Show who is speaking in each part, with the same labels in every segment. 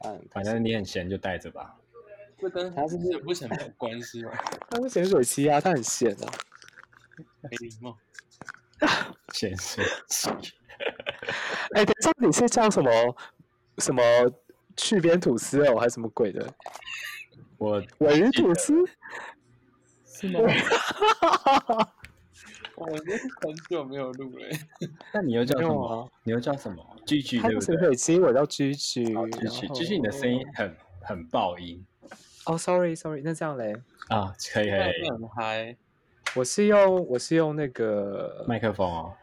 Speaker 1: 哎
Speaker 2: 看，
Speaker 3: 反正你很闲就带着吧。
Speaker 2: 这跟
Speaker 1: 他是不是
Speaker 2: 不想没有关系吗？
Speaker 1: 他是潜水期啊，他很闲啊。
Speaker 2: 没礼貌。
Speaker 3: 闲水期，
Speaker 1: 哎、等一下，你是叫什么什么去边吐司哦，还是什么鬼的？
Speaker 3: 我
Speaker 1: 尾鱼吐司？
Speaker 2: 是吗？我们很久没有录了，
Speaker 3: 那你又叫什
Speaker 1: 没有
Speaker 3: 么
Speaker 1: 啊？
Speaker 3: 你又叫什么？句句
Speaker 1: 他
Speaker 3: 对
Speaker 1: 是
Speaker 3: 不
Speaker 1: 潜
Speaker 3: 对？
Speaker 1: 水期，我叫居居。
Speaker 3: 句句，
Speaker 1: 然后
Speaker 3: 句句，你的声音很很爆音
Speaker 1: 哦，sorry，sorry，那这样嘞，
Speaker 3: 啊，可以可
Speaker 2: 那
Speaker 3: 以，
Speaker 1: 嗯
Speaker 2: 很嗨。
Speaker 1: 我是用我是用那个
Speaker 3: 麦克风哦。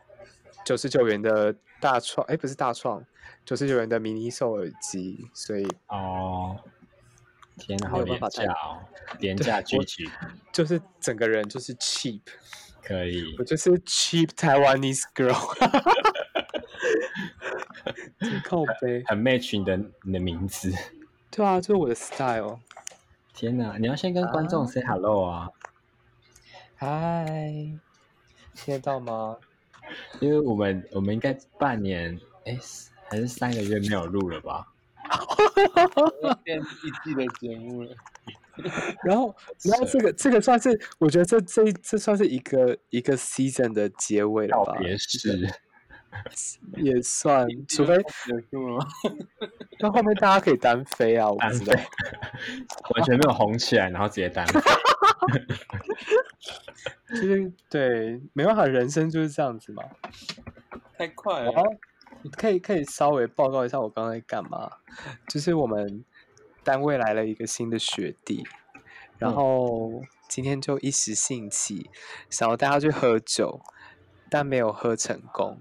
Speaker 1: 九十九元的大创，哎，不是大创，九十九元的迷你售耳机，所以
Speaker 3: 哦，天哪，
Speaker 1: 没
Speaker 3: 好
Speaker 1: 有
Speaker 3: 廉
Speaker 1: 办法
Speaker 3: 价哦，廉价句句
Speaker 1: 就是整个人就是 cheap，
Speaker 3: 可以
Speaker 1: 我。就是 cheap Taiwanese girl，挺靠背，
Speaker 3: 很 match 你的你的名字，
Speaker 1: 对啊，就是我的 style。
Speaker 3: 天哪！你要先跟观众
Speaker 1: 啊
Speaker 3: say hello 啊，
Speaker 1: 嗨，听得到吗？
Speaker 3: 因为我们我们应该半年哎还是三个月没有录了吧？
Speaker 2: 又变一季的节目了，
Speaker 1: 然后，然后
Speaker 3: 是
Speaker 1: 这个这个算是，我觉得这这这算是一个一个 season 的结尾了
Speaker 3: 告
Speaker 1: 吧？
Speaker 3: 别式，
Speaker 1: 也算，除非
Speaker 2: 结束了吗？
Speaker 1: 那后面大家可以单飞啊，我不
Speaker 3: 单
Speaker 1: 知
Speaker 3: 飞
Speaker 1: 道。
Speaker 3: 完全没有红起来，然后直接单飞。
Speaker 1: 就是对，没办法，人生就是这样子嘛。
Speaker 2: 太快
Speaker 1: 然
Speaker 2: 了
Speaker 1: 后，可以可以稍微报告一下我刚才干嘛？就是我们单位来了一个新的学弟，然
Speaker 3: 嗯
Speaker 1: 后今天就一时兴起，想要带他去喝酒，但没有喝成功，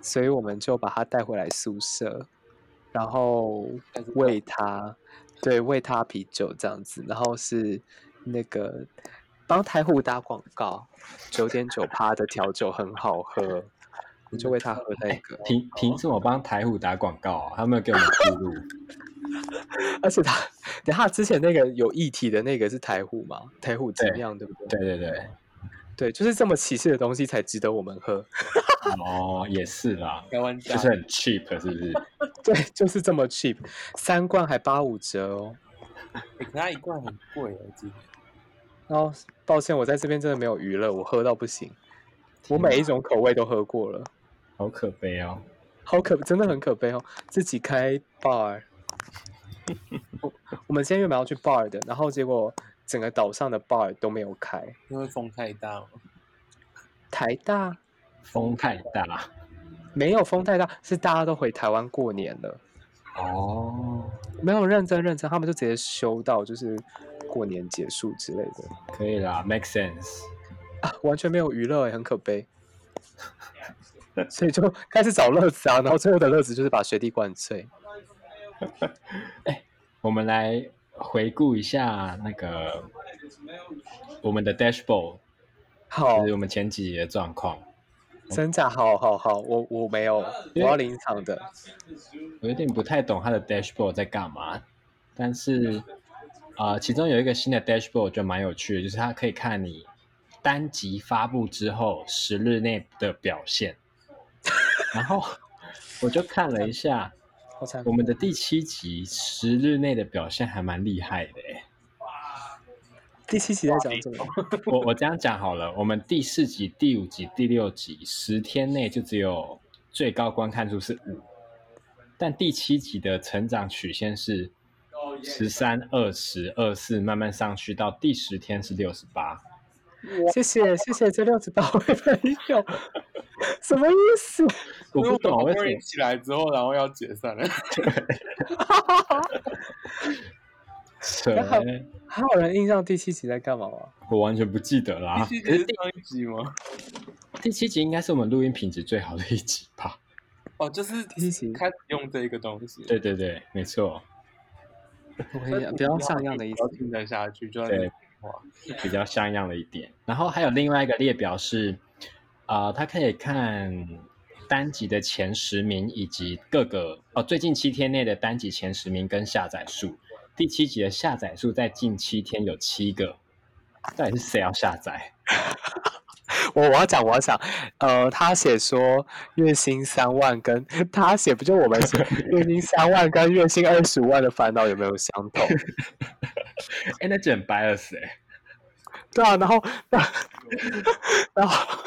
Speaker 1: 所以我们就把他带回来宿舍，然后
Speaker 2: 还是
Speaker 1: 喂他，对，喂他啤酒这样子，然后是那个帮台虎打广告，九点九趴的调酒很好喝，我就喂他喝那个，
Speaker 3: 凭凭什么帮台虎打广告啊？他没有给我们出路，
Speaker 1: 而且他，等下之前那个有议题的那个是台虎嘛，台虎精
Speaker 3: 对
Speaker 1: 酿对不对？
Speaker 3: 对对对，
Speaker 1: 对，就是这么歧视的东西才值得我们喝，
Speaker 3: 哦，也是啦，
Speaker 2: 台湾哎家
Speaker 3: 就是很 cheap，是不是？
Speaker 1: 对，就是这么 cheap，三罐还八五折哦。
Speaker 2: 欸可它一罐很贵哦，我记得。
Speaker 1: 然后抱歉，我在这边真的没有娱乐，我喝到不行，我每一种口味都喝过了，
Speaker 3: 好可悲哦。
Speaker 1: 好可真的很可悲哦，自己开 bar。我我们今天原本要去 bar 的，然后结果整个岛上的 bar 都没有开。
Speaker 2: 因为风太大嘛，
Speaker 1: 台大
Speaker 3: 风太大
Speaker 1: 没有风太大，是大家都回台湾过年了，
Speaker 3: 哦，
Speaker 1: 没有认真认真，他们就直接休到就是过年结束之类的
Speaker 3: 可以啦，make sense。
Speaker 1: 啊，完全没有娱乐、欸，很可 悲。所以就开始找乐子啊，然后最后的乐子就是把学弟灌醉。
Speaker 3: 我们来回顾一下那个我们的 dashboard，
Speaker 1: 好
Speaker 3: 就是，我们前几集的状况。
Speaker 1: 真假？好好好，我我没有，我要临场的。
Speaker 3: 我有点不太懂它的 dashboard 在干嘛，但是啊、呃其中有一个新的 dashboard 我觉得蛮有趣的，就是它可以看你单集发布之后十日内的表现。然后我就看了一下，
Speaker 1: 好惨
Speaker 3: 我，们的第七集十日内的表现还蛮厉害的欸诶。
Speaker 1: 第七集在讲什么？
Speaker 3: 我我这样讲好了，我们第四集、第五集、第六集十天内就只有最高观看数是五，但第七集的成长曲线是十三、二十、二四，慢慢上去到第十天是六十八。
Speaker 1: 谢谢谢谢这六十八位朋友，什么意思？
Speaker 3: 我不懂为
Speaker 2: 因
Speaker 3: 什
Speaker 2: 为一
Speaker 3: 么，
Speaker 2: 起来之后，然后要解散了。
Speaker 3: 扯
Speaker 1: 然后
Speaker 3: 欸
Speaker 1: 还有人印象第七集在干嘛吗？
Speaker 3: 我完全不记得啦。
Speaker 2: 第七集是上一集吗？
Speaker 3: 第七集应该是我们录音品质最好的一集吧？
Speaker 2: 哦，就是
Speaker 1: 第七集
Speaker 2: 开始用这个东西，
Speaker 3: 对对对，没错，
Speaker 1: 我跟
Speaker 2: 所以
Speaker 1: 你讲，
Speaker 2: 你
Speaker 1: 不要像样的意
Speaker 2: 不要
Speaker 1: 思。
Speaker 2: 听得下去，就要
Speaker 3: 对比较像样了一点。然后还有另外一个列表是，啊，它可以看单集的前十名以及各个哦最近七天内的单集前十名跟下载数。第七集的下载数在近七天有七个，到底是谁要下载？
Speaker 1: 我我要讲，我要讲，呃，他写说月薪三万跟 他写不就我们写月薪三万跟月薪二十五万的烦恼有没有相 同？
Speaker 3: 哎，那简白了谁？
Speaker 1: 对啊，然后， 然后，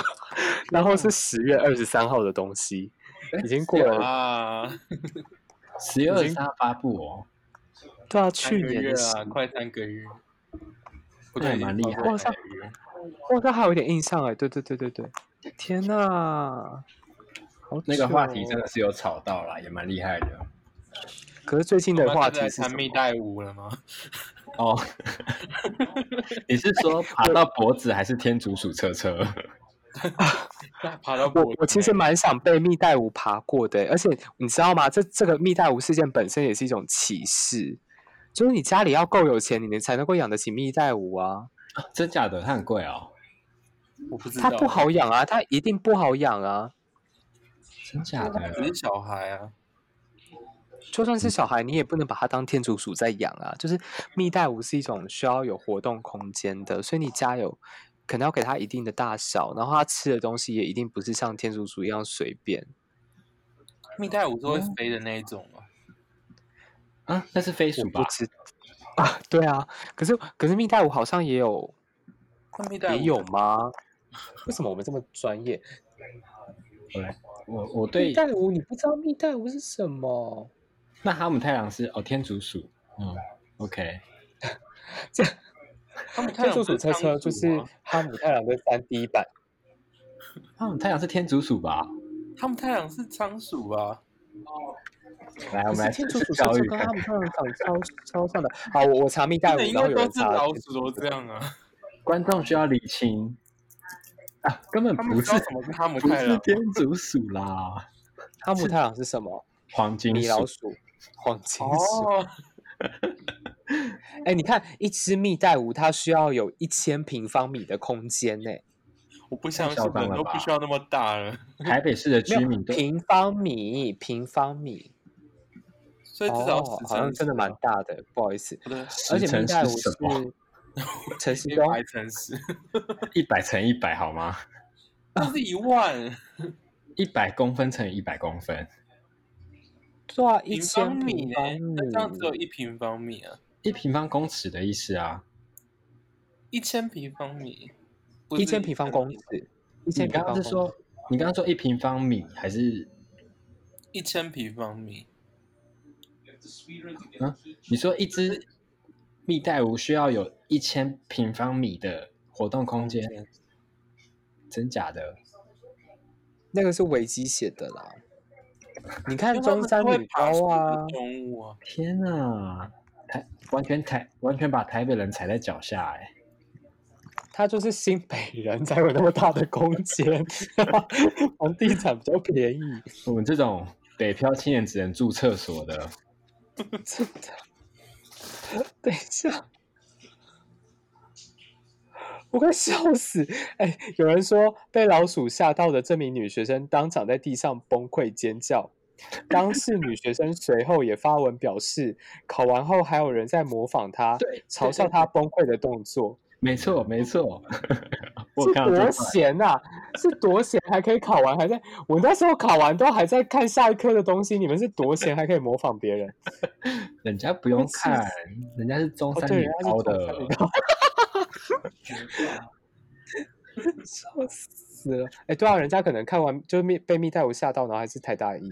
Speaker 1: 然后是十月二十三号的东西，已经过了，
Speaker 2: 啊，
Speaker 3: 十月二十
Speaker 1: 经
Speaker 3: 三发布哦，
Speaker 1: 对啊，
Speaker 2: 三
Speaker 1: 去
Speaker 2: 个
Speaker 1: 年
Speaker 2: 月
Speaker 1: 的
Speaker 2: 啊，
Speaker 1: 十
Speaker 2: 快三个月，我
Speaker 3: 那也蛮厉害的
Speaker 2: 我三个月，啊
Speaker 1: 哇，他还有一点印象哎，对对对对对，天呐，好哦
Speaker 3: 那个话题
Speaker 1: 久
Speaker 3: 真的是有吵到啦，也蛮厉害的。
Speaker 1: 可是最近的
Speaker 2: 我
Speaker 1: 话
Speaker 2: 们
Speaker 1: 题
Speaker 2: 是在
Speaker 1: 是什
Speaker 2: 谈蜜
Speaker 1: 么？
Speaker 2: 带舞了吗？
Speaker 3: 哦， 你是说爬到脖子还是天竺鼠车车？
Speaker 2: 爬到
Speaker 1: 我
Speaker 2: 脖
Speaker 1: 我
Speaker 2: 子
Speaker 1: 其实
Speaker 2: 内
Speaker 1: 蛮想被蜜袋鼯爬过的欸，而且你知道吗？这这个蜜袋鼯事件本身也是一种歧视，就是你家里要够有钱，你才能够养得起蜜袋鼯啊。
Speaker 3: 真假的？它很贵哦。
Speaker 2: 我不知
Speaker 1: 它
Speaker 2: 道，
Speaker 1: 不好养啊，它一定不好养啊。
Speaker 3: 真假
Speaker 2: 因为
Speaker 1: 哎
Speaker 2: 他只
Speaker 3: 的？
Speaker 2: 是小孩啊，
Speaker 1: 就算是小孩，你也不能把它当天竺鼠在养啊。就是蜜袋鼯是一种需要有活动空间的，所以你家有可能要给它一定的大小，然后它吃的东西也一定不是像天竺鼠一样随便。
Speaker 2: 蜜袋鼯是会
Speaker 1: 哦
Speaker 2: 飞的那一种啊。
Speaker 3: 啊，那是飞鼠
Speaker 1: 我
Speaker 3: 吧
Speaker 1: 不？知啊， 对啊，可是可是蜜袋鼯好像也有
Speaker 2: 那蜜袋
Speaker 1: 也
Speaker 2: 鼯
Speaker 1: 有吗？为什么我们这么专业？
Speaker 3: 我我
Speaker 1: 蜜
Speaker 3: 对，
Speaker 1: 袋鼯，你不知道蜜袋鼯是什么？
Speaker 3: 那哈姆太郎是哦，天竺鼠。嗯，OK，
Speaker 2: 他们
Speaker 1: 天竺鼠车车就是
Speaker 2: 啊
Speaker 1: 哈姆太郎的三 D 版。
Speaker 3: 哈姆太郎是天竺鼠吧？
Speaker 2: 他们太阳是仓鼠 啊，
Speaker 3: 来， 我
Speaker 1: 可
Speaker 3: 们
Speaker 1: 是
Speaker 3: 来
Speaker 1: 天
Speaker 3: 试
Speaker 1: 竺
Speaker 3: 试
Speaker 1: 鼠
Speaker 3: 教
Speaker 1: 车
Speaker 3: 育
Speaker 1: 车跟
Speaker 3: 看
Speaker 1: 哈
Speaker 3: 看。
Speaker 1: 姆太郎长超 超像的。好，我我 查蜜袋
Speaker 2: 那
Speaker 1: 鼯，
Speaker 2: 应
Speaker 1: 然后
Speaker 2: 该
Speaker 1: 有
Speaker 2: 都
Speaker 1: 人
Speaker 2: 是
Speaker 1: 查
Speaker 2: 老鼠都这 样啊。
Speaker 3: 观众需要理清啊，根本
Speaker 2: 他们
Speaker 3: 不
Speaker 2: 知道
Speaker 3: 是
Speaker 2: 什么是哈姆
Speaker 3: 不
Speaker 2: 太
Speaker 3: 是
Speaker 2: 郎，
Speaker 3: 天竺鼠啦，
Speaker 1: 哈姆太郎是什么？
Speaker 3: 黄金
Speaker 1: 米老
Speaker 3: 鼠。
Speaker 1: 鼠、黄金鼠。
Speaker 2: 哦，
Speaker 1: 哎，你看一只蜜袋鼯，它需要有一千平方米的空间 呢，
Speaker 2: 我不相
Speaker 3: 太
Speaker 2: 信
Speaker 3: 嚣，张
Speaker 2: 人
Speaker 3: 了
Speaker 2: 都
Speaker 3: 吧
Speaker 2: 不需要那么大了，
Speaker 3: 台北市的居
Speaker 1: 没有
Speaker 3: 民都
Speaker 1: 平方米，平方米。
Speaker 2: 所以至少
Speaker 1: 哦
Speaker 2: 十，
Speaker 1: 好像
Speaker 2: 层
Speaker 1: 真的蛮大的，不好意思。
Speaker 2: 不对，
Speaker 3: 十
Speaker 1: 而且
Speaker 3: 乘
Speaker 1: 蜜袋
Speaker 3: 是
Speaker 1: 鼯
Speaker 3: 什 么？
Speaker 1: 是陈时
Speaker 2: 一
Speaker 1: 中
Speaker 2: 百乘 十，
Speaker 3: 一百乘一百好吗？
Speaker 2: 那是一万
Speaker 3: 一百公分乘以一百公分，
Speaker 1: 对啊，一
Speaker 2: 平
Speaker 1: 千
Speaker 2: 方米
Speaker 1: 平
Speaker 2: 呢
Speaker 1: 方？
Speaker 2: 那
Speaker 1: 米
Speaker 2: 这，样只有一平方米啊，
Speaker 3: 一平方公尺的意思啊。
Speaker 2: 一千平方米，不是
Speaker 1: 一千平方公尺，一
Speaker 3: 你
Speaker 1: 千平
Speaker 3: 刚
Speaker 1: 方
Speaker 3: 刚
Speaker 1: 公
Speaker 3: 是
Speaker 1: 尺。
Speaker 3: 说，你刚刚说一平方米还是？
Speaker 2: 一千平方米，
Speaker 3: 你说一只蜜袋鼯需要有一千平方米的活动空间，真假的？
Speaker 1: 那个是维基写的啦。你看
Speaker 2: 因为他
Speaker 1: 中
Speaker 2: 们
Speaker 1: 山
Speaker 2: 会
Speaker 1: 女
Speaker 2: 爬
Speaker 1: 高
Speaker 2: 树
Speaker 1: 啊
Speaker 2: 的，动物 啊，
Speaker 3: 天哪，台完全台完全把台北人踩在脚下哎、
Speaker 1: 她就是新北人才有那么大的空 间，房地产比较便宜，
Speaker 3: 我们这种北漂青年只能住厕所的，
Speaker 1: 真的。等一下，我快笑死！哎，有人说被老鼠吓到的这名女学生当场在地上崩溃尖叫。当事女学生随后也发文表示， 考完后还有人在模仿她，
Speaker 3: 对
Speaker 1: 嘲笑她崩溃的动作。
Speaker 3: 没错没 错，我
Speaker 1: 是
Speaker 3: 有看到
Speaker 1: 多
Speaker 3: 这块
Speaker 1: 闲呐、是多闲，还可以考完，还在我那时候考完都还在看下一科的东西。你们是多闲，还可以模仿别人？
Speaker 3: 人家不用
Speaker 1: 气死
Speaker 3: 看，人家是中
Speaker 1: 哦，
Speaker 3: 山
Speaker 1: 对，
Speaker 3: 女
Speaker 1: 人家是
Speaker 3: 高
Speaker 1: 从
Speaker 3: 的
Speaker 1: 山，里高，笑死了！哎，对啊，人家可能看完就是密被密带我吓到，然后还是台大一。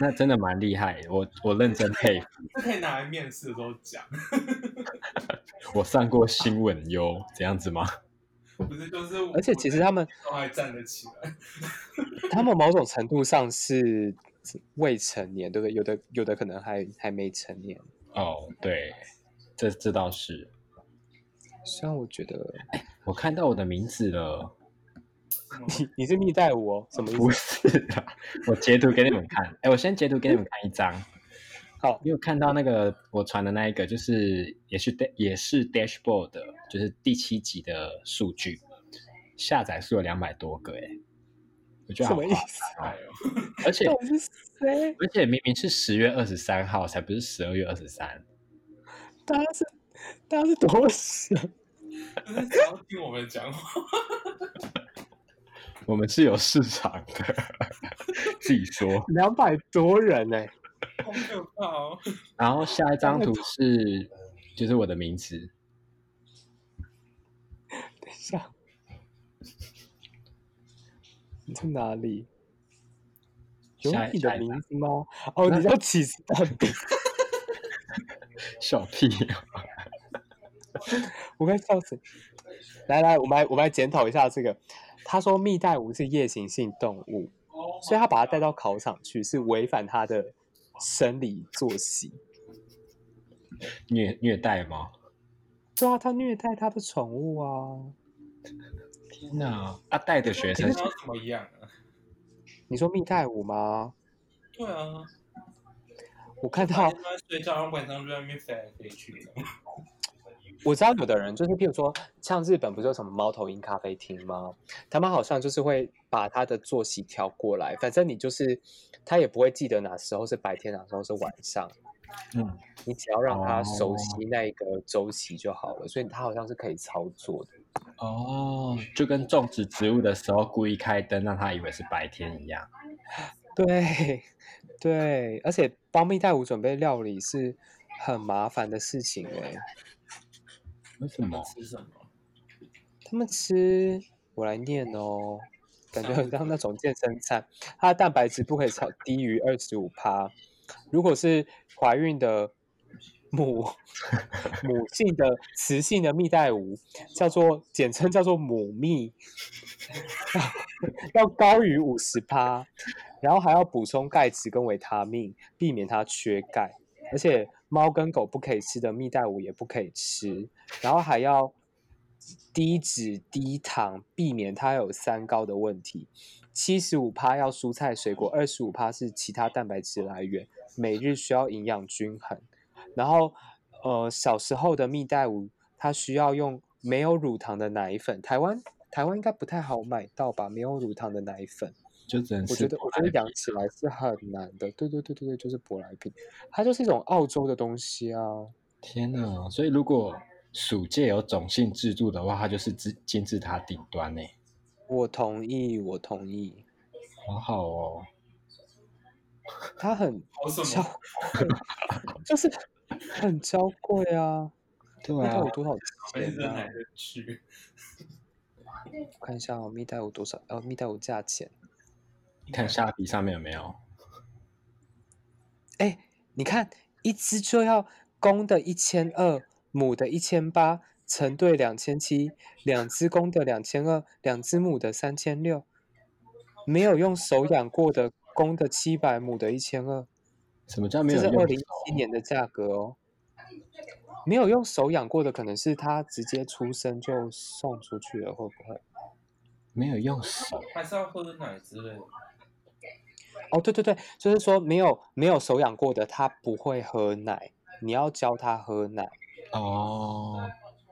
Speaker 3: 那真的蛮厉害，我我认真佩服，
Speaker 2: 这可以拿来面试的时候讲，
Speaker 3: 我上过新闻哟，这样子吗？
Speaker 2: 不是就是，
Speaker 1: 而且其实他们，
Speaker 2: 都还站得起来，
Speaker 1: 他们某种程度上是未成年，对不对？有的有的可能还还没成年。
Speaker 3: 哦，对，这这倒是，
Speaker 1: 虽然我觉得
Speaker 3: 我看到我的名字了，
Speaker 1: 你你是密带我、哦，什么意
Speaker 3: 不
Speaker 1: 思？
Speaker 3: 是的，我截图给你们看，哎，我先截图给你们看一张，
Speaker 1: 好，
Speaker 3: 你有看到那个我传的那一个，就是也是 da- 也是 dashboard 的，就是第七集的数据，下载数有两百多个，哎，我觉得
Speaker 1: 什
Speaker 3: 好
Speaker 1: 么
Speaker 3: 夸
Speaker 1: 意思？
Speaker 3: 张哦，而且
Speaker 1: 到底是谁？
Speaker 3: 而且明明是十月二十三号，才不是十二月二十三。
Speaker 1: 大家是大家是多闲？
Speaker 2: 就是想要听我们讲话。
Speaker 3: 我们是有市场的， 自己说。
Speaker 1: 两百多人哎、
Speaker 2: 好可怕 哦！
Speaker 3: 然后下一张图是，就是我的名字，
Speaker 1: 等一下，你在哪里？有
Speaker 3: 下一
Speaker 1: 你
Speaker 3: 下
Speaker 1: 的
Speaker 3: 一
Speaker 1: 名字吗？哦，你叫起司蛋饼。
Speaker 3: 笑屁、
Speaker 1: 我快笑死！来来，我们来我们来检讨一下这个。他说蜜袋鼯是夜行性动物，
Speaker 2: 哦
Speaker 1: 所以他把它带到考场去是违反它的生理作息。
Speaker 3: 虐虐待吗？
Speaker 1: 对啊，他虐待他的宠物啊！
Speaker 3: 天哪！他带的学生
Speaker 2: 跟，他怎么样啊？
Speaker 1: 你说蜜袋鼯吗？
Speaker 2: 对啊，
Speaker 1: 我看
Speaker 2: 他
Speaker 1: 到
Speaker 2: 他睡觉，然后晚上就在那边飞来飞去的。
Speaker 1: 我知道有的人就是，譬如说，像日本不是有什么猫头鹰咖啡厅吗？他们好像就是会把他的作息调过来，反正你就是他也不会记得哪时候是白天，哪时候是晚上，
Speaker 3: 嗯，
Speaker 1: 你只要让他熟
Speaker 3: 哦
Speaker 1: 悉那一个周期就好了。所以他好像是可以操作的。
Speaker 3: 哦，就跟种植植物的时候故意开灯，让他以为是白天一样。
Speaker 1: 对，对，而且帮蜜袋鼯准备料理是很麻烦的事情哎、
Speaker 3: 为什么？
Speaker 2: 吃什么？
Speaker 1: 他们吃，我来念哦，感觉很像那种健身餐，它的蛋白质不可以超低于二十五趴。如果是怀孕的母母性的雌性的蜜袋鼯，叫做简称叫做母蜜，要高于五十趴，然后还要补充钙质跟维他命，避免它缺钙。而且猫跟狗不可以吃的蜜袋鼯也不可以吃，然后还要低脂低糖，避免它有三高的问题。七十五趴要蔬菜水果，二十五趴是其他蛋白质来源，每日需要营养均衡。然后，呃，小时候的蜜袋鼯，它需要用没有乳糖的奶粉。台湾台湾应该不太好买到吧？没有乳糖的奶粉。
Speaker 3: 就只能
Speaker 1: 我
Speaker 3: 吃
Speaker 1: 觉得，我觉得养起来是很难的。对对对对对，就是舶来品，它就是一种澳洲的东西啊。
Speaker 3: 天哪！所以如果鼠界有种姓制度的话，它就是金金字塔顶端欸呢。
Speaker 1: 我同意，我同意。
Speaker 3: 好好哦，
Speaker 1: 它很
Speaker 2: 好什
Speaker 1: 娇
Speaker 2: 么？
Speaker 1: 贵，就是很娇贵啊！
Speaker 3: 对
Speaker 1: 蜜袋
Speaker 3: 啊
Speaker 1: 鼯，多少
Speaker 2: 还是
Speaker 1: 钱
Speaker 2: 真
Speaker 1: 啊
Speaker 2: 来？
Speaker 4: 哎
Speaker 2: 得 去？
Speaker 1: 我看一下哦，蜜袋鼯多少？哦，蜜袋鼯价钱。
Speaker 3: 看虾皮上面有没有？
Speaker 1: 哎，你看，一只就要公的一千二，母的一千八，成对两千七，两只公的两千二，两只母的三千六，没有用手养过的公的七百，母的一千二。
Speaker 3: 什么叫没
Speaker 1: 这
Speaker 3: 有
Speaker 1: 是
Speaker 3: 用啊
Speaker 1: 二零一七年的价格哦。没有用手养过的，可能是他直接出生就送出去了，会不会？
Speaker 3: 没有用手，
Speaker 2: 还是要喝奶之类的？
Speaker 1: 哦，对对对，就是说没有没有手养过的，他不会喝奶，你要教他喝奶。
Speaker 3: 哦，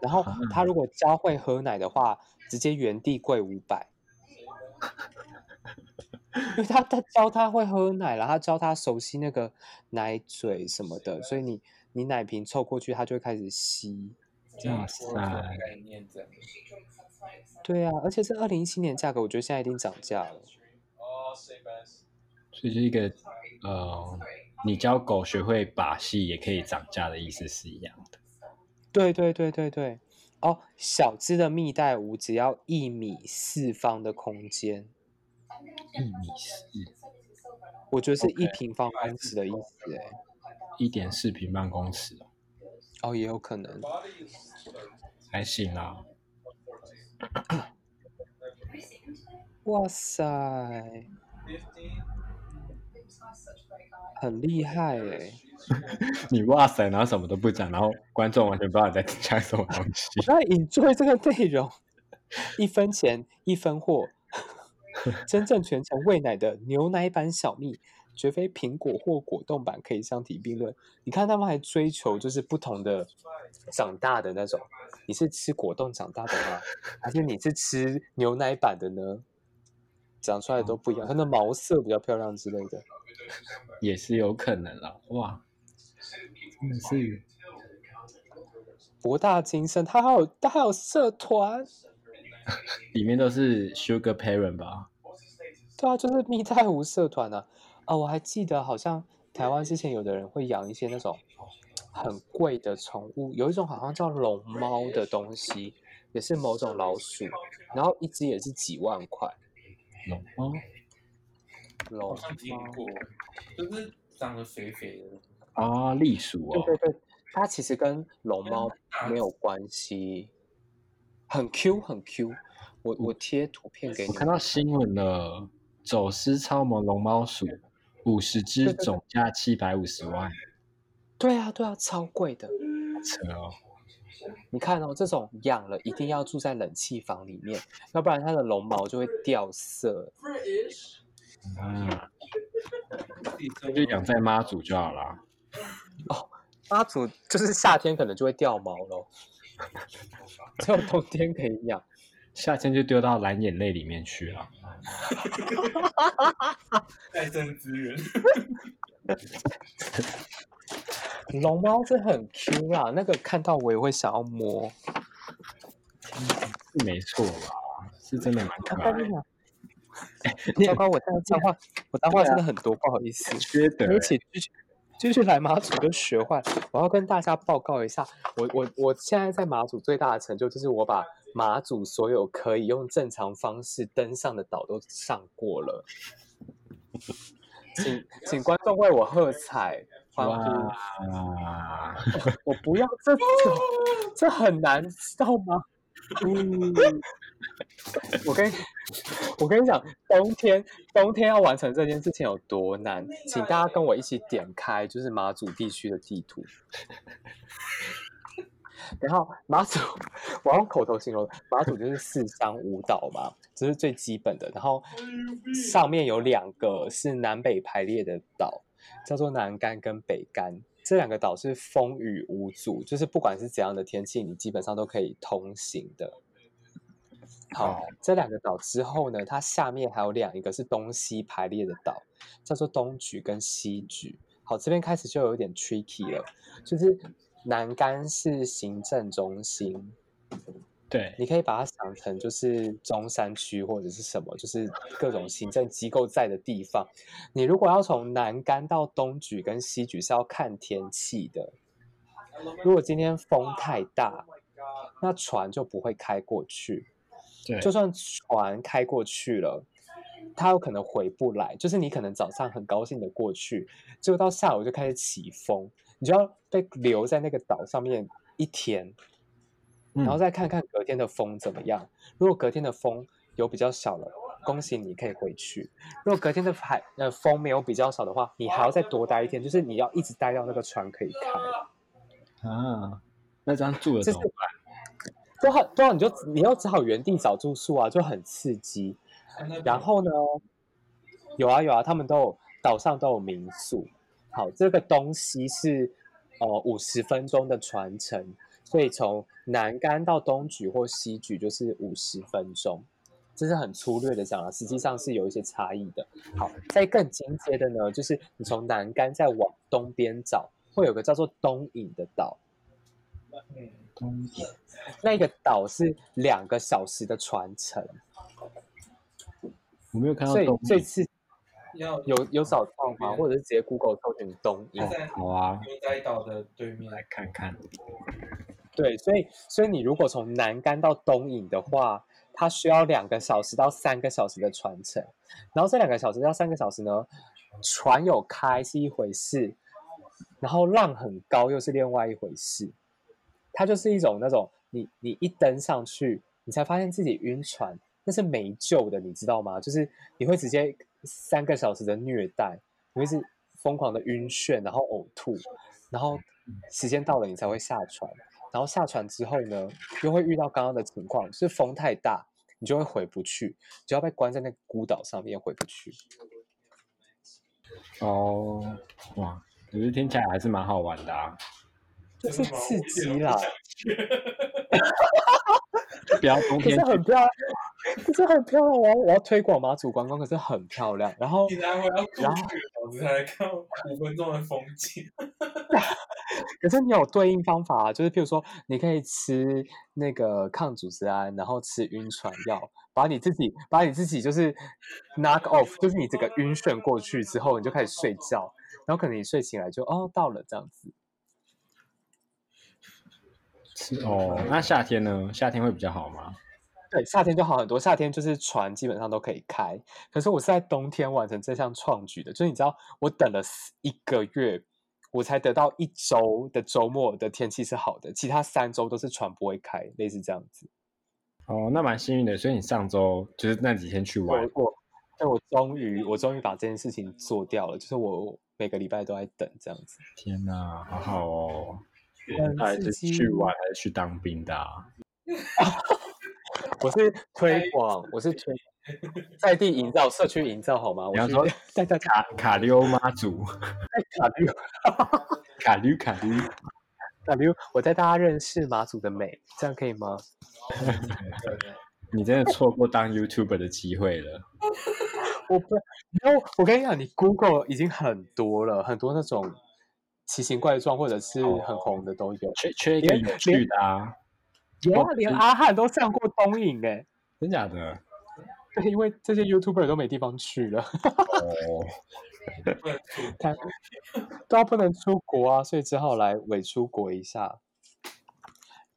Speaker 1: 然后他如果教会喝奶的话，直接原地跪五百，因为他他教他会喝奶了，他教他熟悉那个奶嘴什么的，所以你你奶瓶凑过去，他就会开始吸。
Speaker 2: 这样
Speaker 3: 哇
Speaker 2: 说的
Speaker 3: 塞
Speaker 2: 概念这样。
Speaker 1: 对啊，而且这二零一七年价格，我觉得现在一定涨价了。
Speaker 2: 哦
Speaker 3: 所以就一个呃，你教狗学会把戏也可以涨价的意思是一样的。
Speaker 1: 对对对对对，哦，小只的蜜袋鼯只要一米四方的空间，
Speaker 3: 一米四，
Speaker 1: 我觉得是一平方公尺的意思哎。
Speaker 3: 一点四平方公尺哦，
Speaker 1: 哦，也有可能。
Speaker 3: 还行啦。
Speaker 1: 哇塞，很厉害哎！。
Speaker 3: 你哇塞，然后什么都不讲，然后观众完全不知道你在讲什么东西
Speaker 1: 那 enjoy 这个内容，一分钱一分货， 真正全程喂奶的牛奶版小蜜，绝非苹果或果冻版可以相提并论。你看他们还追求就是不同的长大的那种，你是吃果冻长大的吗？还是你是吃牛奶版的呢？长出来都不一样，它的毛色比较漂亮之类的。
Speaker 3: 也是有可能啦。哇，真的是
Speaker 1: 博大精深，它还有它还有社团，
Speaker 3: 里面都是 Sugar Parent 吧？
Speaker 1: 对啊，就是密太湖社团啊。啊，我还记得好像台湾之前有的人会养一些那种很贵的宠物，有一种好像叫龙猫的东西，也是某种老鼠，然后一只也是几万块。
Speaker 3: 龙猫
Speaker 2: 好
Speaker 1: 龙猫，
Speaker 2: 像听过，就是长得肥肥的，
Speaker 3: 啊，栗鼠
Speaker 1: 对
Speaker 3: 哦，
Speaker 1: 对对，它其实跟龙猫没有关系，很 Q 很 Q。我我贴图片给你
Speaker 3: 我
Speaker 1: 们，
Speaker 3: 看到新闻了，走私超模龙猫鼠五十只，
Speaker 1: 对对对
Speaker 3: 总价七百五十万，
Speaker 1: 对啊对啊，超贵的。
Speaker 3: 扯哦！
Speaker 1: 你看哦，这种养了一定要住在冷气房里面，要不然它的绒毛就会掉色。
Speaker 3: 啊，
Speaker 2: 自己
Speaker 3: 那就养在妈祖就好啦。
Speaker 1: 妈祖就是夏天可能就会掉毛咯， 只有冬天可以养。
Speaker 3: 夏天就丢到蓝眼泪里面去了。
Speaker 2: 再生资源。
Speaker 1: 龙猫是很 Q 啦，那个看到我也会想要摸。
Speaker 3: 是没错吧？是真的蛮可 爱的。
Speaker 1: 糟糕，我这样脏话，我脏话真的很多，不好意思。
Speaker 3: 缺德
Speaker 1: 而且继续继续来马祖就学坏。我要跟大家报告一下，我我我现在在马祖最大的成就就是我把马祖所有可以用正常方式登上的岛都上过了。请请观众为我喝彩欢呼！
Speaker 3: 哎哇！
Speaker 1: 我不要这种，这很难，知道吗？嗯我跟你我跟你讲，冬天冬天要完成这件事情有多难，请大家跟我一起点开就是马祖地区的地图。然后马祖，我要用口头形容，马祖就是四乡五岛嘛，这是最基本的。然后上面有两个是南北排列的岛，叫做南干跟北干。这两个岛是风雨无阻，就是不管是怎样的天气，你基本上都可以通行的。好
Speaker 3: 好，
Speaker 1: 这两个岛之后呢，它下面还有两一个是东西排列的岛，叫做东莒跟西莒。好，这边开始就有一点 tricky 了，就是南干是行政中心，
Speaker 3: 对，
Speaker 1: 你可以把它想成就是中山区或者是什么，就是各种行政机构在的地方。你如果要从南干到东莒跟西莒是要看天气的，如果今天风太大，那船就不会开过去。
Speaker 3: 对，
Speaker 1: 就算船开过去了，它有可能回不来。就是你可能早上很高兴的过去，结果到下午就开始起风，你就要被留在那个岛上面一天，然后
Speaker 3: 嗯
Speaker 1: 再看看隔天的风怎么样。如果隔天的风有比较小了，恭喜你可以回去；如果隔天的海呃风没有比较少的话，你还要再多待一天，就是你要一直待到那个船可以开。
Speaker 3: 啊，那这样住了
Speaker 1: 就
Speaker 3: 怎
Speaker 1: 是
Speaker 3: 么办？
Speaker 1: 对啊，对啊，你就你要只好原地找住宿啊，就很刺激。然后呢，有啊有啊，他们都有岛上都有民宿。好，这个东西是呃五十分钟的船程，所以从南干到东莒或西莒就是五十分钟。这是很粗略的讲了，实际上是有一些差异的。好，在更进阶的呢，就是你从南干再往东边找，会有个叫做东引的岛。
Speaker 3: 东
Speaker 1: 那个岛是两个小时的船程，
Speaker 3: 我没有看到
Speaker 1: 所以
Speaker 3: 东
Speaker 1: 这
Speaker 3: 西。
Speaker 1: 次
Speaker 2: 要
Speaker 1: 有有找到吗？或者是直接 Google 搜寻东引
Speaker 2: 它？在
Speaker 3: 好啊，
Speaker 2: 牛仔岛的对面，
Speaker 3: 来看看。
Speaker 1: 对，所以所以你如果从南干到东引的话，它需要两个小时到三个小时的船程，然后这两个小时到三个小时呢，船有开是一回事，然后浪很高又是另外一回事，它就是一种那种你你一登上去，你才发现自己晕船，那是没救的，你知道吗？就是你会直接三个小时的虐待，你会是疯狂的晕眩，然后呕吐，然后时间到了你才会下船。然后下船之后呢，又会遇到刚刚的情况，就是风太大，你就会回不去，就要被关在那个孤岛上面回不去。
Speaker 3: 哦，哇，可是听起来还是蛮好玩的啊！
Speaker 1: 就是刺激啦，啊
Speaker 3: 不要冬
Speaker 1: 可
Speaker 3: 天
Speaker 1: 是
Speaker 3: 去
Speaker 1: 很漂亮，可是很漂亮，我要我要推广马祖观光，可是很漂亮。然后
Speaker 4: 你来回要
Speaker 1: 然
Speaker 4: 坐
Speaker 1: 后
Speaker 4: 去小时才能看五分钟的风景。
Speaker 1: 可是你有对应方法、啊，就是譬如说，你可以吃那个抗组织胺，然后吃晕船药，把你自己把你自己就是 knock off，就是你整个晕眩过去之后，你就开始睡觉，然后可能你睡醒来就哦到了这样子。
Speaker 3: 是哦，那夏天呢？夏天会比较好吗？
Speaker 1: 对，夏天就好很多，夏天就是船基本上都可以开。可是我是在冬天完成这项创举的，就是你知道，我等了四一个月，我才得到一周的周末的天气是好的，其他三周都是船不会开，类似这样子。
Speaker 3: 哦，那蛮幸运的。所以你上周就是那几天去
Speaker 1: 我
Speaker 3: 玩，
Speaker 1: 我，对我终于我终于把这件事情做掉了，就是我每个礼拜都在等这样子。
Speaker 3: 天哪，好好哦。
Speaker 1: 很
Speaker 3: 到底
Speaker 1: 刺
Speaker 3: 是
Speaker 1: 激
Speaker 3: 去玩还是去当兵的、啊？
Speaker 1: 我是推广，我是推在地营造、社区营造好吗？
Speaker 3: 你要
Speaker 1: 我是
Speaker 3: 说
Speaker 1: 带大家
Speaker 3: 卡卡溜妈祖，
Speaker 1: 卡比
Speaker 3: 卡溜卡溜，
Speaker 1: 卡比，我带大家认识马祖的美，这样可以吗？
Speaker 3: 你真的错过当 YouTuber 的机会了。
Speaker 1: 我不，然后我跟你讲，你 Google 已经很多了，很多那种奇形怪状或者是很红的都有。
Speaker 3: 缺缺一个
Speaker 1: 连
Speaker 3: 有趣的啊？
Speaker 1: 有啊
Speaker 3: 哦，
Speaker 1: 连
Speaker 3: 真
Speaker 1: 阿汉都上过东影哎、
Speaker 3: 真假的？
Speaker 1: 对，因为这些 YouTuber 都没地方去了，
Speaker 3: 哦，
Speaker 4: 不能住
Speaker 1: 他都不能出国啊，所以只好来伪出国一下。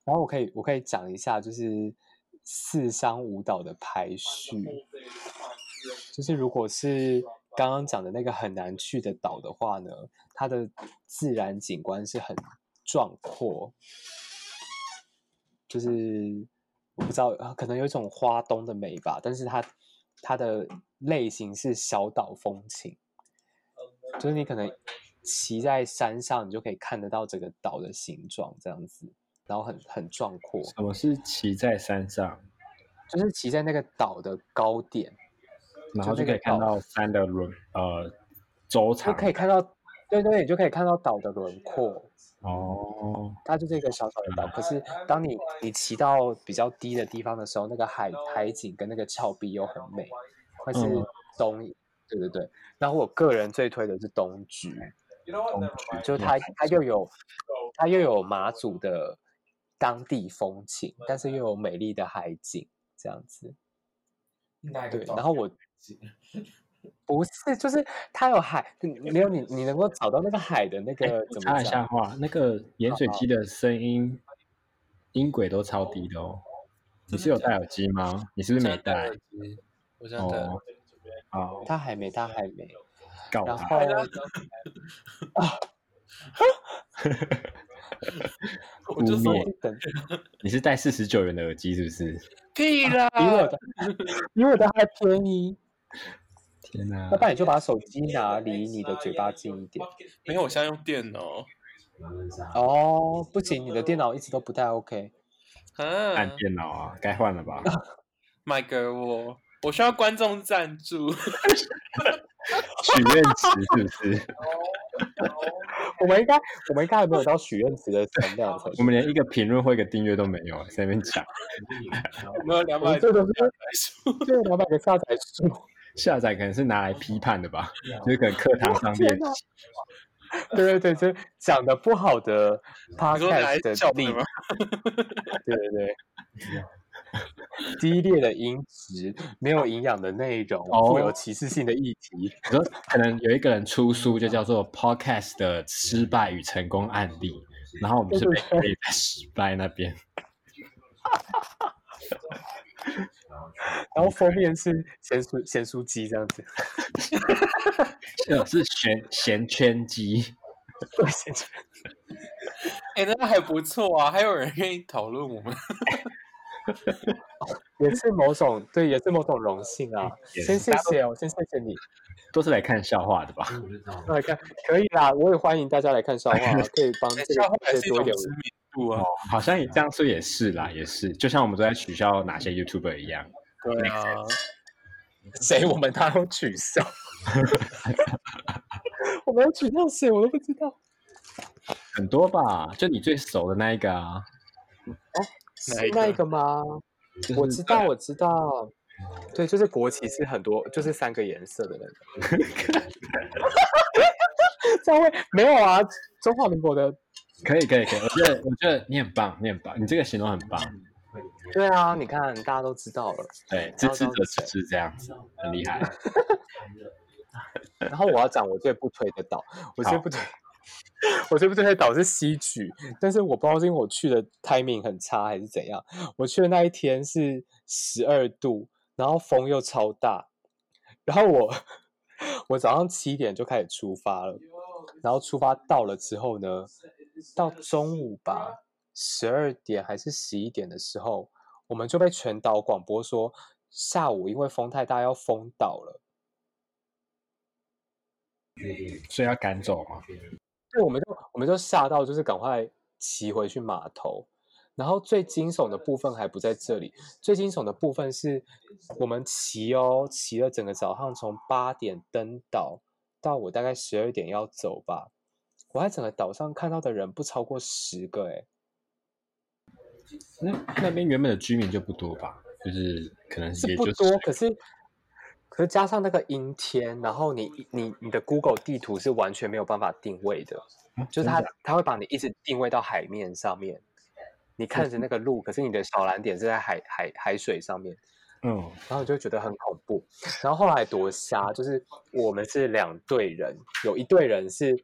Speaker 1: 然后我可以，我可以讲一下，就是四商舞蹈的排序。就是如果是刚刚讲的那个很难去的岛的话呢，它的自然景观是很壮阔，就是我不知道，呃可能有一种花东的美吧，但是它它的类型是小岛风情，就是你可能骑在山上，你就可以看得到整个岛的形状这样子，然后很很壮阔，
Speaker 3: 什么是骑在山上，
Speaker 1: 就是骑在那个岛的高点。
Speaker 3: 然后
Speaker 1: 就那
Speaker 3: 就
Speaker 1: 个
Speaker 3: 可以看
Speaker 1: 岛
Speaker 3: 到山的轮呃周
Speaker 1: 就
Speaker 3: 长？
Speaker 1: 可以看到，对对，你就可以看到岛的轮廓。
Speaker 3: 哦，
Speaker 1: 它就是一个小小的岛，可是当你你骑到比较低的地方的时候，那个海海景跟那个峭壁又很美，会是
Speaker 3: 嗯
Speaker 1: 东，对对对。然后我个人最推的是东莒，
Speaker 3: 东
Speaker 1: 嗯就它它又有它又有马祖的当地风情，但是又有美丽的海景，这样子。
Speaker 4: 哪一个
Speaker 1: 对，
Speaker 4: 岛
Speaker 1: 然后我不是就是它有海，嗯没有你你能够找到那个海的那
Speaker 3: 哎
Speaker 1: 个怎
Speaker 3: 插
Speaker 1: 么
Speaker 3: 一下
Speaker 1: 讲？哦
Speaker 3: 话，那个盐水鸡的声音音轨都超低的哦。你是有戴耳机吗？你是不是没戴？？
Speaker 4: 我现在戴耳
Speaker 3: 哦
Speaker 4: 机，
Speaker 3: 好，
Speaker 1: 它还没，它还没。
Speaker 3: 告
Speaker 1: 然
Speaker 3: 他
Speaker 1: 后，
Speaker 4: 我就说
Speaker 3: 污
Speaker 4: 我
Speaker 3: 蔑
Speaker 1: 等
Speaker 3: 你是戴四十九元的耳机是不是？
Speaker 4: 屁啦，
Speaker 1: 比我的比我的还便宜，
Speaker 3: 天哪
Speaker 1: 要！不然你就把手机拿离你的嘴巴近一点。
Speaker 4: 没有，我现在用电脑
Speaker 1: 哦，不行，你的电脑一直都不太 OK。
Speaker 4: 啊
Speaker 3: 按，电脑啊，该换了吧？
Speaker 4: 卖给我，我需要观众赞 助。
Speaker 3: 许愿池是不是？
Speaker 1: 我们应该我们应该还没有到许愿池的存量才
Speaker 3: 我们连一个评论或一个订阅都没有，在那边讲
Speaker 4: 有没有两
Speaker 1: 我们
Speaker 4: 百
Speaker 1: 这个是
Speaker 4: 数？
Speaker 1: 这个两百个下载数，
Speaker 3: 下载可能是拿来批判的吧，就是可能课堂上
Speaker 1: 天
Speaker 3: 练
Speaker 1: 哪
Speaker 3: 习。
Speaker 1: 对对对，就是讲的不好的
Speaker 4: 你说来
Speaker 1: podcast 的
Speaker 4: 笑
Speaker 1: 例
Speaker 4: 的吗？
Speaker 1: 对对对， 低劣的音质，没有营养的内容，
Speaker 3: 哦
Speaker 1: 富有歧视性的议题，
Speaker 3: 你说可能有一个人出书，就叫做《Podcast 的失败与成功案例》，然后我们是被归类在失败那边。
Speaker 1: 然后封面是咸酥咸酥鸡这样子。
Speaker 3: 这是旋旋圈机，
Speaker 4: 哎，那还不错啊，还有人愿意讨论我们。
Speaker 1: 也是某种对，也是某种荣幸啊！
Speaker 3: 也
Speaker 1: 先
Speaker 3: 是
Speaker 1: 谢谢哦，先谢谢你。
Speaker 3: 都是来看笑话的吧？
Speaker 1: 来看，可以啦，我也欢迎大家来看 笑话，可以帮这
Speaker 4: 笑话
Speaker 1: 个
Speaker 4: 还
Speaker 1: 世
Speaker 4: 是
Speaker 1: 界
Speaker 4: 一
Speaker 1: 多一
Speaker 4: 种
Speaker 1: 点
Speaker 4: 知名度啊
Speaker 3: 哦。，好像也这样说也是啦，也是，就像我们都在取笑哪些 YouTuber 一样。
Speaker 4: 对啊，
Speaker 1: 谁，我们他都取 笑。我们要取笑谁，我都不知道。
Speaker 3: 很多吧，就你最熟的那一个啊，
Speaker 4: 哪一
Speaker 1: 是
Speaker 4: 个
Speaker 1: 那一个吗？嗯哦
Speaker 3: 就是
Speaker 1: 我知道，我知道，对，就是国旗是很多，就是三个颜色的那种。 这样会没有啊？中华民国的
Speaker 3: 可以可以可以，我觉得我觉得你很棒，你很棒，你这个形容很棒，
Speaker 1: 对啊，你看大家都知道了。
Speaker 3: 对，支持者支持这样子，很厉害。
Speaker 1: 然后我要讲我最不推的岛，我最
Speaker 3: 好
Speaker 1: 不推，我最不推的岛是西举，但是我不知道是因为我去的 timing 很差还是怎样，我去的那一天是十二度，然后风又超大，然后我我早上七点就开始出发了，然后出发到了之后呢，到中午吧，十二点还是十一点的时候，我们就被全岛广播说下午因为风太大要封岛了。
Speaker 3: 所以要赶走吗？
Speaker 1: 对，我们就我们就吓到，就是赶快骑回去码头。然后最惊悚的部分还不在这里，最惊悚的部分是我们骑哦，骑了整个早上，从八点登岛到我大概十二点要走吧。我在整个岛上看到的人不超过十个、欸，
Speaker 3: 那那边原本的居民就不多吧？就是可能
Speaker 1: 是
Speaker 3: 也
Speaker 1: 不
Speaker 3: 就是啊
Speaker 1: 多，可是可是加上那个阴天，然后你你你的 Google 地图是完全没有办法定位的，
Speaker 3: 啊
Speaker 1: 就是
Speaker 3: 真的
Speaker 1: 它
Speaker 3: 假的
Speaker 1: 它会把你一直定位到海面上面，你看着那个路，可是你的小蓝点是在海海海水上面，
Speaker 3: 嗯
Speaker 1: 然后你就觉得很恐怖。然后后来多瞎，就是我们是两队人，有一队人是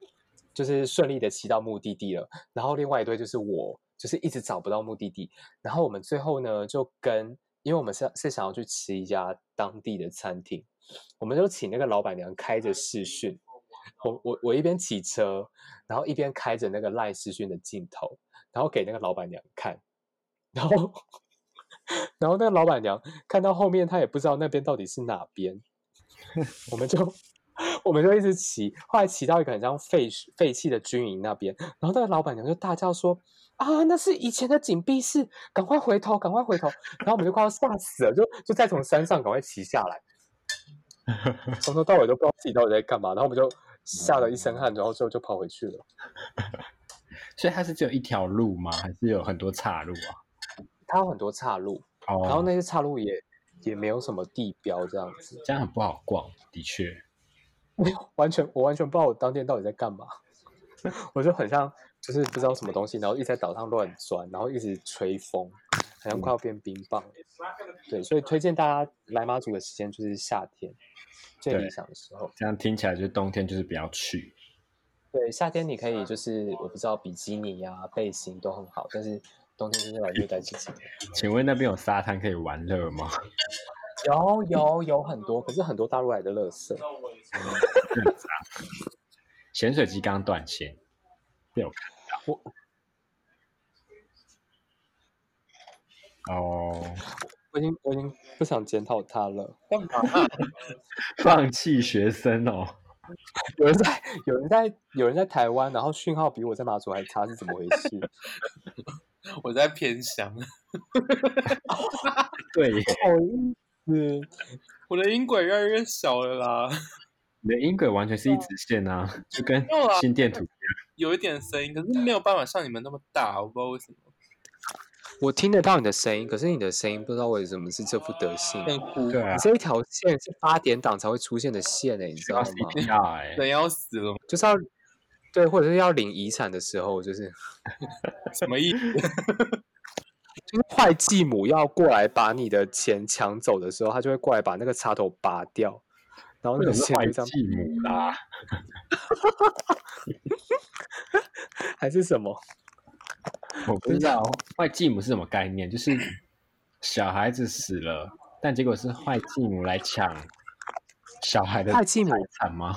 Speaker 1: 就是顺利的骑到目的地了，然后另外一队就是我，就是一直找不到目的地。然后我们最后呢就跟，因为我们是是想要去吃一家当地的餐厅，我们就请那个老板娘开着视讯。我我我一边骑车，然后一边开着那个赖视讯的镜头，然后给那个老板娘看，然后 然后那个老板娘看到后面，她也不知道那边到底是哪边，我们就我们就一直骑，后来骑到一个很像废墟废弃的军营那边，然后那个老板娘就大叫说：“啊，那是以前的紧闭室，赶快回头，赶快回头！”然后我们就快要吓死了，就就再从山上赶快骑下来，从头到尾都不知道自己到底在干嘛，然后我们就吓了一身汗，然后之后就跑回去了。
Speaker 3: 所以它是只有一条路吗？还是有很多岔路啊？
Speaker 1: 它有很多岔路，
Speaker 3: 哦，
Speaker 1: 然后那些岔路也也没有什么地标这样子。
Speaker 3: 这样很不好逛，的确。
Speaker 1: 完全我完全不知道我当天到底在干嘛， 我就很像就是不知道什么东西，然后一直在岛上乱钻，然后一直吹风，好像快要变冰棒。对，所以推荐大家来马祖的时间就是夏天最理
Speaker 3: 对
Speaker 1: 想的时候。
Speaker 3: 这样听起来就冬天就是不要去。
Speaker 1: 对，夏天你可以就是我不知道比基尼呀、背心都很好，但是冬天就是来热带季节。
Speaker 3: 请问那边有沙滩可以玩乐吗？
Speaker 1: 有有有很多，可是很多大陆来的垃圾。
Speaker 3: 咸水鸡刚断线，被我看到。哦，
Speaker 1: 我已经我已经不想检讨他了。
Speaker 4: 干嘛？啊
Speaker 3: 放弃学生哦，
Speaker 1: 有人在，有人在，有人在台湾，然后讯号比我在马祖还差，是怎么回事？
Speaker 4: 我在偏乡，
Speaker 3: 对耶，
Speaker 1: 好意思，
Speaker 4: 我的音轨越来越小了啦，
Speaker 3: 你的音轨完全是一直线啊，就跟
Speaker 4: 嗯没有啊
Speaker 3: 心电图一样。
Speaker 4: 有一点声音，可是没有办法像你们那么大，我不知道为什么。
Speaker 1: 我听得到你的声音，可是你的声音不知道为什么是这副德性。
Speaker 4: 很糊，
Speaker 3: 对啊
Speaker 1: 你，这一条线是八点档才会出 现的线诶、你知道
Speaker 3: 要
Speaker 1: 吗？
Speaker 3: CPR 哎，
Speaker 4: 人要死了，
Speaker 1: 就是要对，或者是要领遗产的时候，就是
Speaker 4: 什么意思？
Speaker 1: 就是会计母要过来把你的钱抢走的时候，他就会过来把那个插头拔掉，然后
Speaker 3: 为
Speaker 1: 那个
Speaker 3: 什么是
Speaker 1: 线
Speaker 3: 坏
Speaker 1: 就这样
Speaker 3: 继母啦？
Speaker 1: 还是什么？
Speaker 3: 我不知道坏继母是什么概念，就是小孩子死了，但结果是坏继母来抢小孩的
Speaker 1: 会计母
Speaker 3: 惨吗？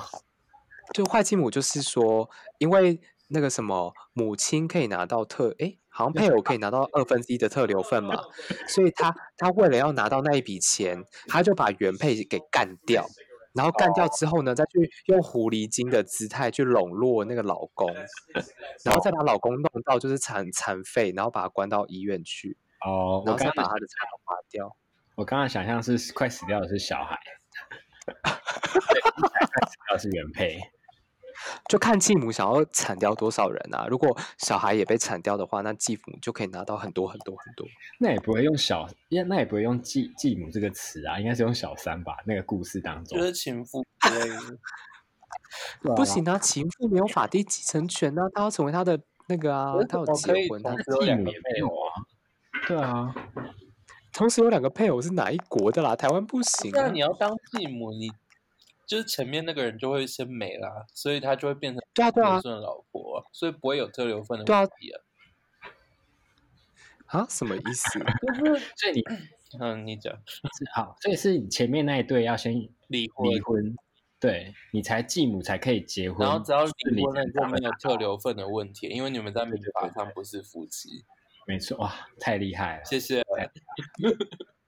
Speaker 1: 就会计母就是说，因为那个什么，母亲可以拿到特，诶，好像配偶可以拿到二分之一的特留份 嘛，所以他他为了要拿到那一笔钱，他就把原配给干 掉，然后干掉
Speaker 3: 哦
Speaker 1: 之后呢，再去用狐狸精的姿态去笼络那个老公，然后再把老公弄到就是残残废，然后把他关到医院去，
Speaker 3: 哦，
Speaker 1: 然
Speaker 3: 我
Speaker 1: 后再
Speaker 3: 刚
Speaker 1: 把他的菜刀拔掉。
Speaker 3: 我刚刚想象是 快死掉的是小孩，对听起来快死掉的是原配，
Speaker 1: 就看继母想要铲掉多少人啊。如果小孩也被铲掉的话，那继母就可以拿到很多很多很多。
Speaker 3: 那也不会用小，也那也不会用继继母这个词啊，应该是用小三吧？那个故事当中，
Speaker 4: 就是情妇之类的。
Speaker 3: 对啊
Speaker 1: 不，行啊，情妇没有法定继承权啊，她要成为他的那个啊
Speaker 2: 可是，
Speaker 1: 她有
Speaker 2: 怎么
Speaker 1: 结
Speaker 2: 可以
Speaker 1: 婚，
Speaker 2: 同
Speaker 1: 她
Speaker 2: 时
Speaker 3: 那
Speaker 2: 有
Speaker 3: 继
Speaker 2: 两
Speaker 3: 母
Speaker 2: 个
Speaker 3: 也没有啊。对啊，
Speaker 1: 同时有两个配偶是哪一国的啦？台湾不行、
Speaker 4: 那
Speaker 1: 啊
Speaker 4: 你。要当继母，你就是前面那个人就会先没啦，所以他就会变成
Speaker 1: 对啊，对啊
Speaker 4: 流，顺的老婆啊，所以不会有特留份的
Speaker 1: 对啊
Speaker 4: 问题啊。
Speaker 1: 啊，什么意思？
Speaker 3: 所以 你
Speaker 4: 嗯，你讲
Speaker 3: 是好，所以是你前面那一对要先
Speaker 4: 离婚
Speaker 3: 离，婚，对你才继母才可以结婚，
Speaker 4: 然后只要
Speaker 3: 是
Speaker 4: 离婚了
Speaker 3: 才
Speaker 4: 就
Speaker 3: 打
Speaker 4: 没
Speaker 3: 得
Speaker 4: 有
Speaker 3: 到
Speaker 4: 特留份的问题，因为你们在民
Speaker 3: 对对
Speaker 4: 法
Speaker 3: 对
Speaker 4: 上不是夫妻。
Speaker 3: 没错，哇，太厉害了！
Speaker 4: 谢谢。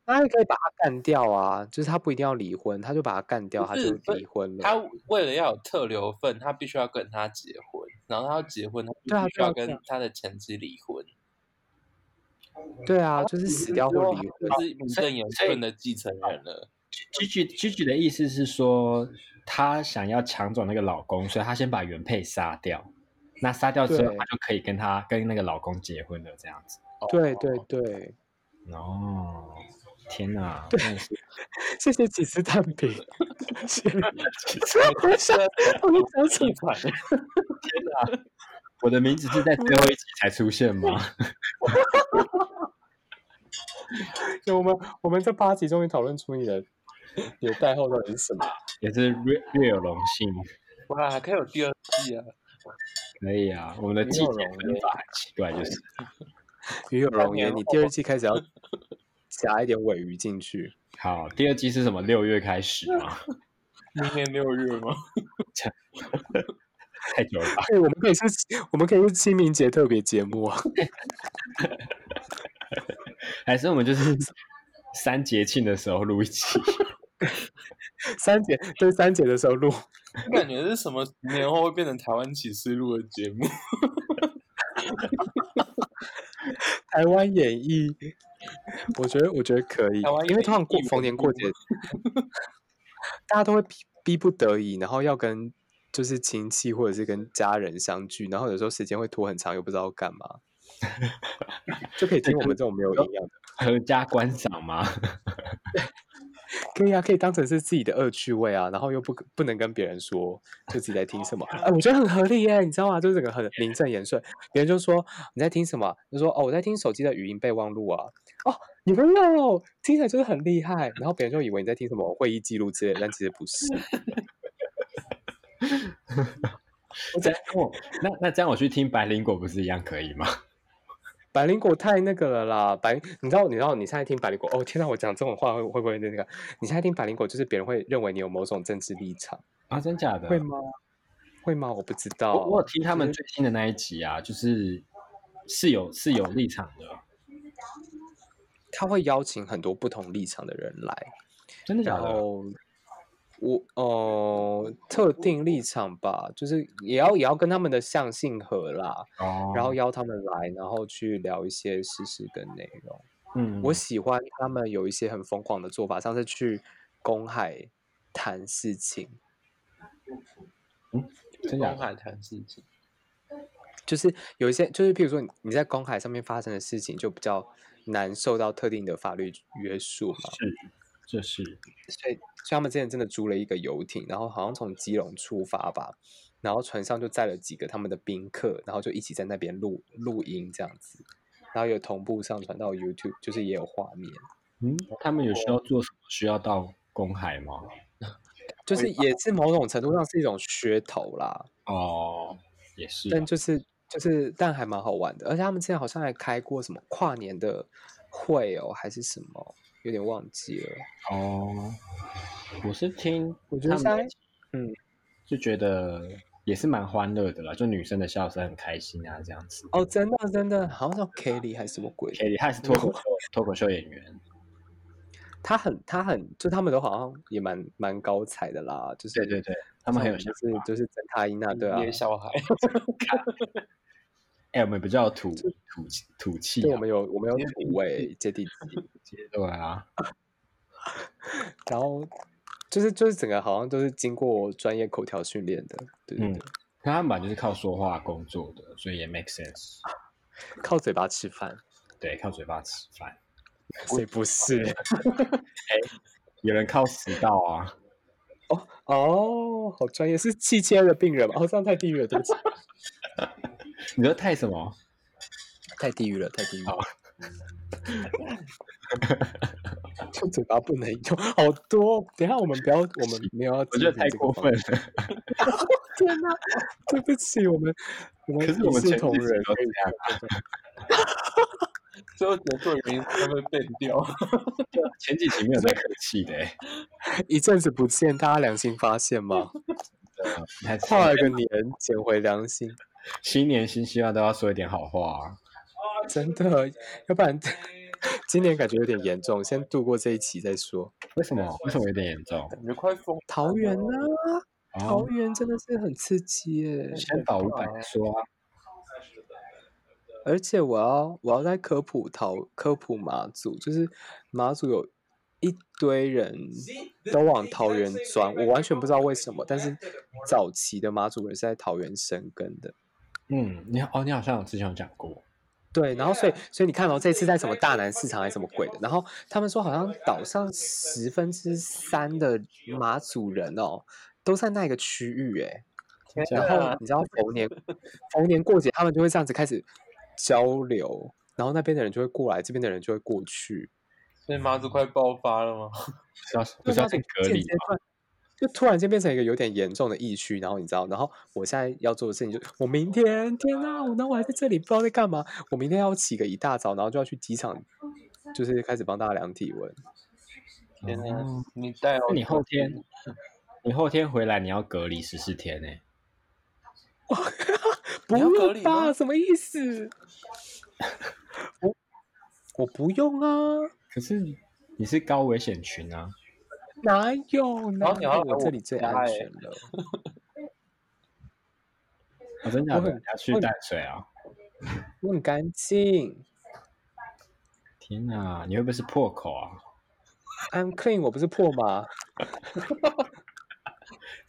Speaker 1: 他也可以把他干掉啊，就是他不一定要离婚，他就把他干掉，
Speaker 4: 不
Speaker 1: 他
Speaker 4: 是
Speaker 1: 就
Speaker 4: 不
Speaker 1: 离婚了。
Speaker 4: 啊他为了要有特留份，他必须要跟他结婚，然后他要结婚，
Speaker 1: 对
Speaker 4: 他
Speaker 1: 啊
Speaker 4: 必须要
Speaker 1: 对啊对
Speaker 4: 跟
Speaker 1: 啊
Speaker 4: 他的前妻离婚，
Speaker 1: 对啊，就是死掉或离婚。
Speaker 4: 就是名
Speaker 3: 所以
Speaker 4: 正言
Speaker 3: 所以
Speaker 4: 顺的继承人了。
Speaker 3: 居居居居的意思是说，她想要抢走那个老公，所以她先把原配杀掉。那杀掉之后，
Speaker 1: 对
Speaker 3: 她就可以跟她跟那个老公结婚了，这样子。
Speaker 1: 对对对，
Speaker 3: 哦，天哪！对，
Speaker 1: 谢谢几次蛋饼，谢 谢。
Speaker 4: 对，是
Speaker 1: 我就想起
Speaker 4: 继承。
Speaker 3: 我的名字是在最后一集才出现吗？
Speaker 1: 对 我们我们这八集终于讨论出你的你的代号到底是什么。
Speaker 3: 也是略略有荣幸。
Speaker 4: 哇，还可以有第二季啊！
Speaker 3: 可以啊，我们的季节
Speaker 1: 没有荣
Speaker 3: 分法很奇怪，就是
Speaker 1: 鱼有容
Speaker 4: 年
Speaker 1: 颜，你第二季开始要加一点尾鱼进去。
Speaker 3: 好。第二季是什么？六月开始 吗？
Speaker 4: 明年六月吗？
Speaker 3: 太久了吧？
Speaker 1: 对，我们可以是，我们可以是清明节特别节目啊。
Speaker 3: 还是我们就是三节庆的时候录一集？
Speaker 1: 三节对三节的时候录，
Speaker 4: 感觉是什么十年后会变成台湾启示录的节目？
Speaker 1: 台湾演绎，我觉得我觉得可以
Speaker 4: 台湾，
Speaker 1: 因为
Speaker 4: 演
Speaker 1: 通常过
Speaker 4: 绎
Speaker 1: 逢
Speaker 4: 文
Speaker 1: 年过
Speaker 4: 艺
Speaker 1: 节，大家都会逼逼不得已，然后要跟就是亲戚或者是跟家人相聚，然后有时候时间会拖很长，又不知道干嘛， 就可以听我们这种没有营养的，
Speaker 3: 合家观赏吗？
Speaker 1: 可以啊，可以当成是自己的恶趣味啊，然后又不不能跟别人说，就自己在听什么，哎、我觉得很合理耶，你知道吗？就是整个很名正言顺，别人就说你在听什么，就说哦我在听手机的语音备忘录啊，哦你们有，听起来就是很厉害，然后别人就以为你在听什么会议记录之类的，但其实不是。
Speaker 3: 这样我那那这样我去听白灵果不是一样可以吗？
Speaker 1: 百灵果太那个了啦，百灵你知道你知道你现在听百灵果哦，天哪，我讲这种话会会不会那个？你现在听百灵果就是别人会认为你有某种政治立场，
Speaker 3: 啊，真假的？
Speaker 1: 会吗？会吗？我不知道，
Speaker 3: 我我有听他们最新的那一集啊，就是是有是有立场的，
Speaker 1: 他会邀请很多不同立场的人来，
Speaker 3: 真的假
Speaker 1: 然
Speaker 3: 的？
Speaker 1: 后我呃特定立场吧，就是也要也要跟他们的象性合啦，
Speaker 3: 哦
Speaker 1: 然后邀他们来，然后去聊一些事实跟内容。
Speaker 3: 嗯，
Speaker 1: 我喜欢他们有一些很疯狂的做法，上次去公海谈事情，
Speaker 3: 真假
Speaker 4: 东
Speaker 3: 的？
Speaker 4: 海谈事情，
Speaker 1: 就是有一些就是譬如说你你在公海上面发生的事情就比较难受到特定的法律约束嘛，
Speaker 3: 是，这是
Speaker 1: 所以，所以他们之前真的租了一个游艇，然后好像从基隆出发吧，然后船上就载了几个他们的宾客，然后就一起在那边录录音这样子，然后有同步上传到 YouTube，就是也有画面，
Speaker 3: 嗯，他们有需要
Speaker 1: 哦
Speaker 3: 做什么？需要到公海吗？
Speaker 1: 就是也是某种程度上是一种噱头啦，
Speaker 3: 哦，也是啊、
Speaker 1: 但就是就是但还蛮好玩的，而且他们之前好像还开过什么跨年的会哦，还是什么，有点忘记了。
Speaker 3: 哦，我是听
Speaker 1: 我觉得
Speaker 3: 他们
Speaker 1: 现在嗯，
Speaker 3: 就觉得也是蛮欢乐的啦，就女生的笑声很开心啊，这样子。
Speaker 1: 哦，真的真的，好像叫 Kelly 还是什么鬼的
Speaker 3: k 她也是脱口秀脱口秀演员，
Speaker 1: 他很他很，就他们都好像也蛮蛮高才的啦，就是
Speaker 3: 对对对，他们很有
Speaker 1: 像
Speaker 3: 想
Speaker 1: 我们
Speaker 3: 法。
Speaker 1: 就是就是曾塔伊娜对啊，
Speaker 4: 野小孩，
Speaker 3: 哎、我们比较土土气土气、
Speaker 1: 对
Speaker 3: 啊
Speaker 1: 我，们有我们有
Speaker 4: 接地
Speaker 1: 土味接地气，
Speaker 3: 对啊，
Speaker 1: 然后就是就是整个好像都是经过专业口条训练的，对对
Speaker 3: 嗯
Speaker 1: 对，
Speaker 3: 可他们本来就是靠说话工作的，所以也 make sense。
Speaker 1: 靠嘴巴吃饭，
Speaker 3: 对，靠嘴巴吃饭，
Speaker 1: 谁不是？
Speaker 3: 有人靠食道啊，
Speaker 1: 哦哦，好专业，是气切的病人吗？哦，这样太地狱了，对不 起，
Speaker 3: 你说太什么？
Speaker 1: 太地狱了，太地狱
Speaker 3: 好
Speaker 1: 了。就嘴巴不能用，好多。等一下我们不要，我们没有要
Speaker 3: 我
Speaker 1: 进
Speaker 3: 觉
Speaker 1: 行这个方面，
Speaker 3: 得太过分了。
Speaker 1: 天哪、 对不起，我们我们
Speaker 3: 可是我
Speaker 1: 一
Speaker 3: 们
Speaker 1: 视
Speaker 3: 前
Speaker 1: 同
Speaker 3: 几 集
Speaker 1: 仁
Speaker 3: 都这样
Speaker 4: 最后结束的原因是因为被掉。
Speaker 3: 前几集没有在客气的、欸，
Speaker 1: 一阵子不见，大家良心发现嘛，
Speaker 3: 啊你还
Speaker 1: 跨了个年捡回良 心，
Speaker 3: 新年新希望都要说一点好话、啊。
Speaker 1: 真的，要不然 今年感觉有点严重，先度过这一期再说。
Speaker 3: 为什么？为什么有点严重？
Speaker 4: 感觉快疯了。
Speaker 1: 桃园呢、桃
Speaker 3: 哦，
Speaker 1: 园真的是很刺激耶，
Speaker 3: 先保五百
Speaker 1: 哎
Speaker 3: 再说啊。
Speaker 1: 而且我要我要在科普桃科普马祖，就是马祖有一堆人都往桃园钻，我完全不知道为什么，但是早期的马祖人是在桃园生根的。
Speaker 3: 嗯，你好哦，你好像之前有讲过，
Speaker 1: 对，然后所以所以你看到、哦、这次在什么大南市场还是什么鬼的，然后他们说好像岛上十分之三的马祖人哦都在那个区域哎，
Speaker 4: 天
Speaker 1: 然后
Speaker 4: 哪
Speaker 1: 你知道逢年逢年过节他们就会这样子开始交流，然后那边的人就会过来，这边的人就会过去，
Speaker 4: 所以麻子快爆发了吗？
Speaker 3: 是要不是要
Speaker 1: 那
Speaker 3: 被
Speaker 1: 种
Speaker 3: 隔
Speaker 1: 啊间
Speaker 3: 离
Speaker 1: 接
Speaker 3: 吗？
Speaker 1: 突然就突然间变成一个有点严重的疫区，然后你知道，然后我现在要做的事情就是，我明天天呐，我那我还在这里不知道在干嘛，我明天要起个一大早，然后就要去机场，就是开始帮大家量体温。
Speaker 4: 天哪
Speaker 3: 哦，
Speaker 4: 你带好
Speaker 3: 那你后天， 你后天回来你要隔离十四天呢、
Speaker 1: 不
Speaker 4: 你要隔
Speaker 1: 用
Speaker 4: 离
Speaker 1: 吧？
Speaker 4: 吗
Speaker 1: 什么意思？ 我我不用啊，
Speaker 3: 可是你是高危险群啊，
Speaker 1: 哪有？
Speaker 4: 然后
Speaker 1: 哪
Speaker 4: 你要
Speaker 1: 有
Speaker 4: 来
Speaker 1: 这
Speaker 4: 我
Speaker 1: 里最
Speaker 4: 家
Speaker 1: 安
Speaker 4: 欸
Speaker 1: 全了。
Speaker 3: 我、啊真假
Speaker 1: 我
Speaker 3: 的？
Speaker 1: 很
Speaker 3: 你要去淡水啊？
Speaker 1: 我很干净
Speaker 3: 天哪、你会不会是破口啊？
Speaker 1: ，I'm clean，我不是破吗？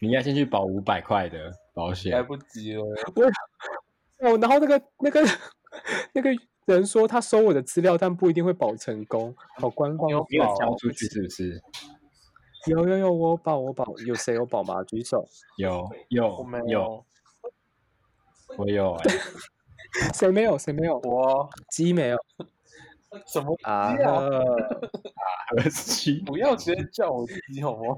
Speaker 3: 你应该先去保五百块的保险
Speaker 1: 哎
Speaker 4: 来。不及了。
Speaker 1: 哦，然后那个那个 那个人说他收我的资料，但不一定会保成功。好官方
Speaker 4: 你有
Speaker 3: 你有
Speaker 1: 保
Speaker 3: 交出去是不是？
Speaker 1: 有有有，我有保我保，有谁有保吗？举手。
Speaker 3: 有
Speaker 4: 我
Speaker 3: 有
Speaker 4: 没
Speaker 3: 有，
Speaker 4: 有，
Speaker 3: 我有哎、
Speaker 1: 谁没有？谁没有？
Speaker 4: 我
Speaker 1: 鸡没有
Speaker 4: 什么鸡
Speaker 1: 啊？
Speaker 4: 啊？
Speaker 3: 二七，
Speaker 4: 不要直接叫我鸡好吗？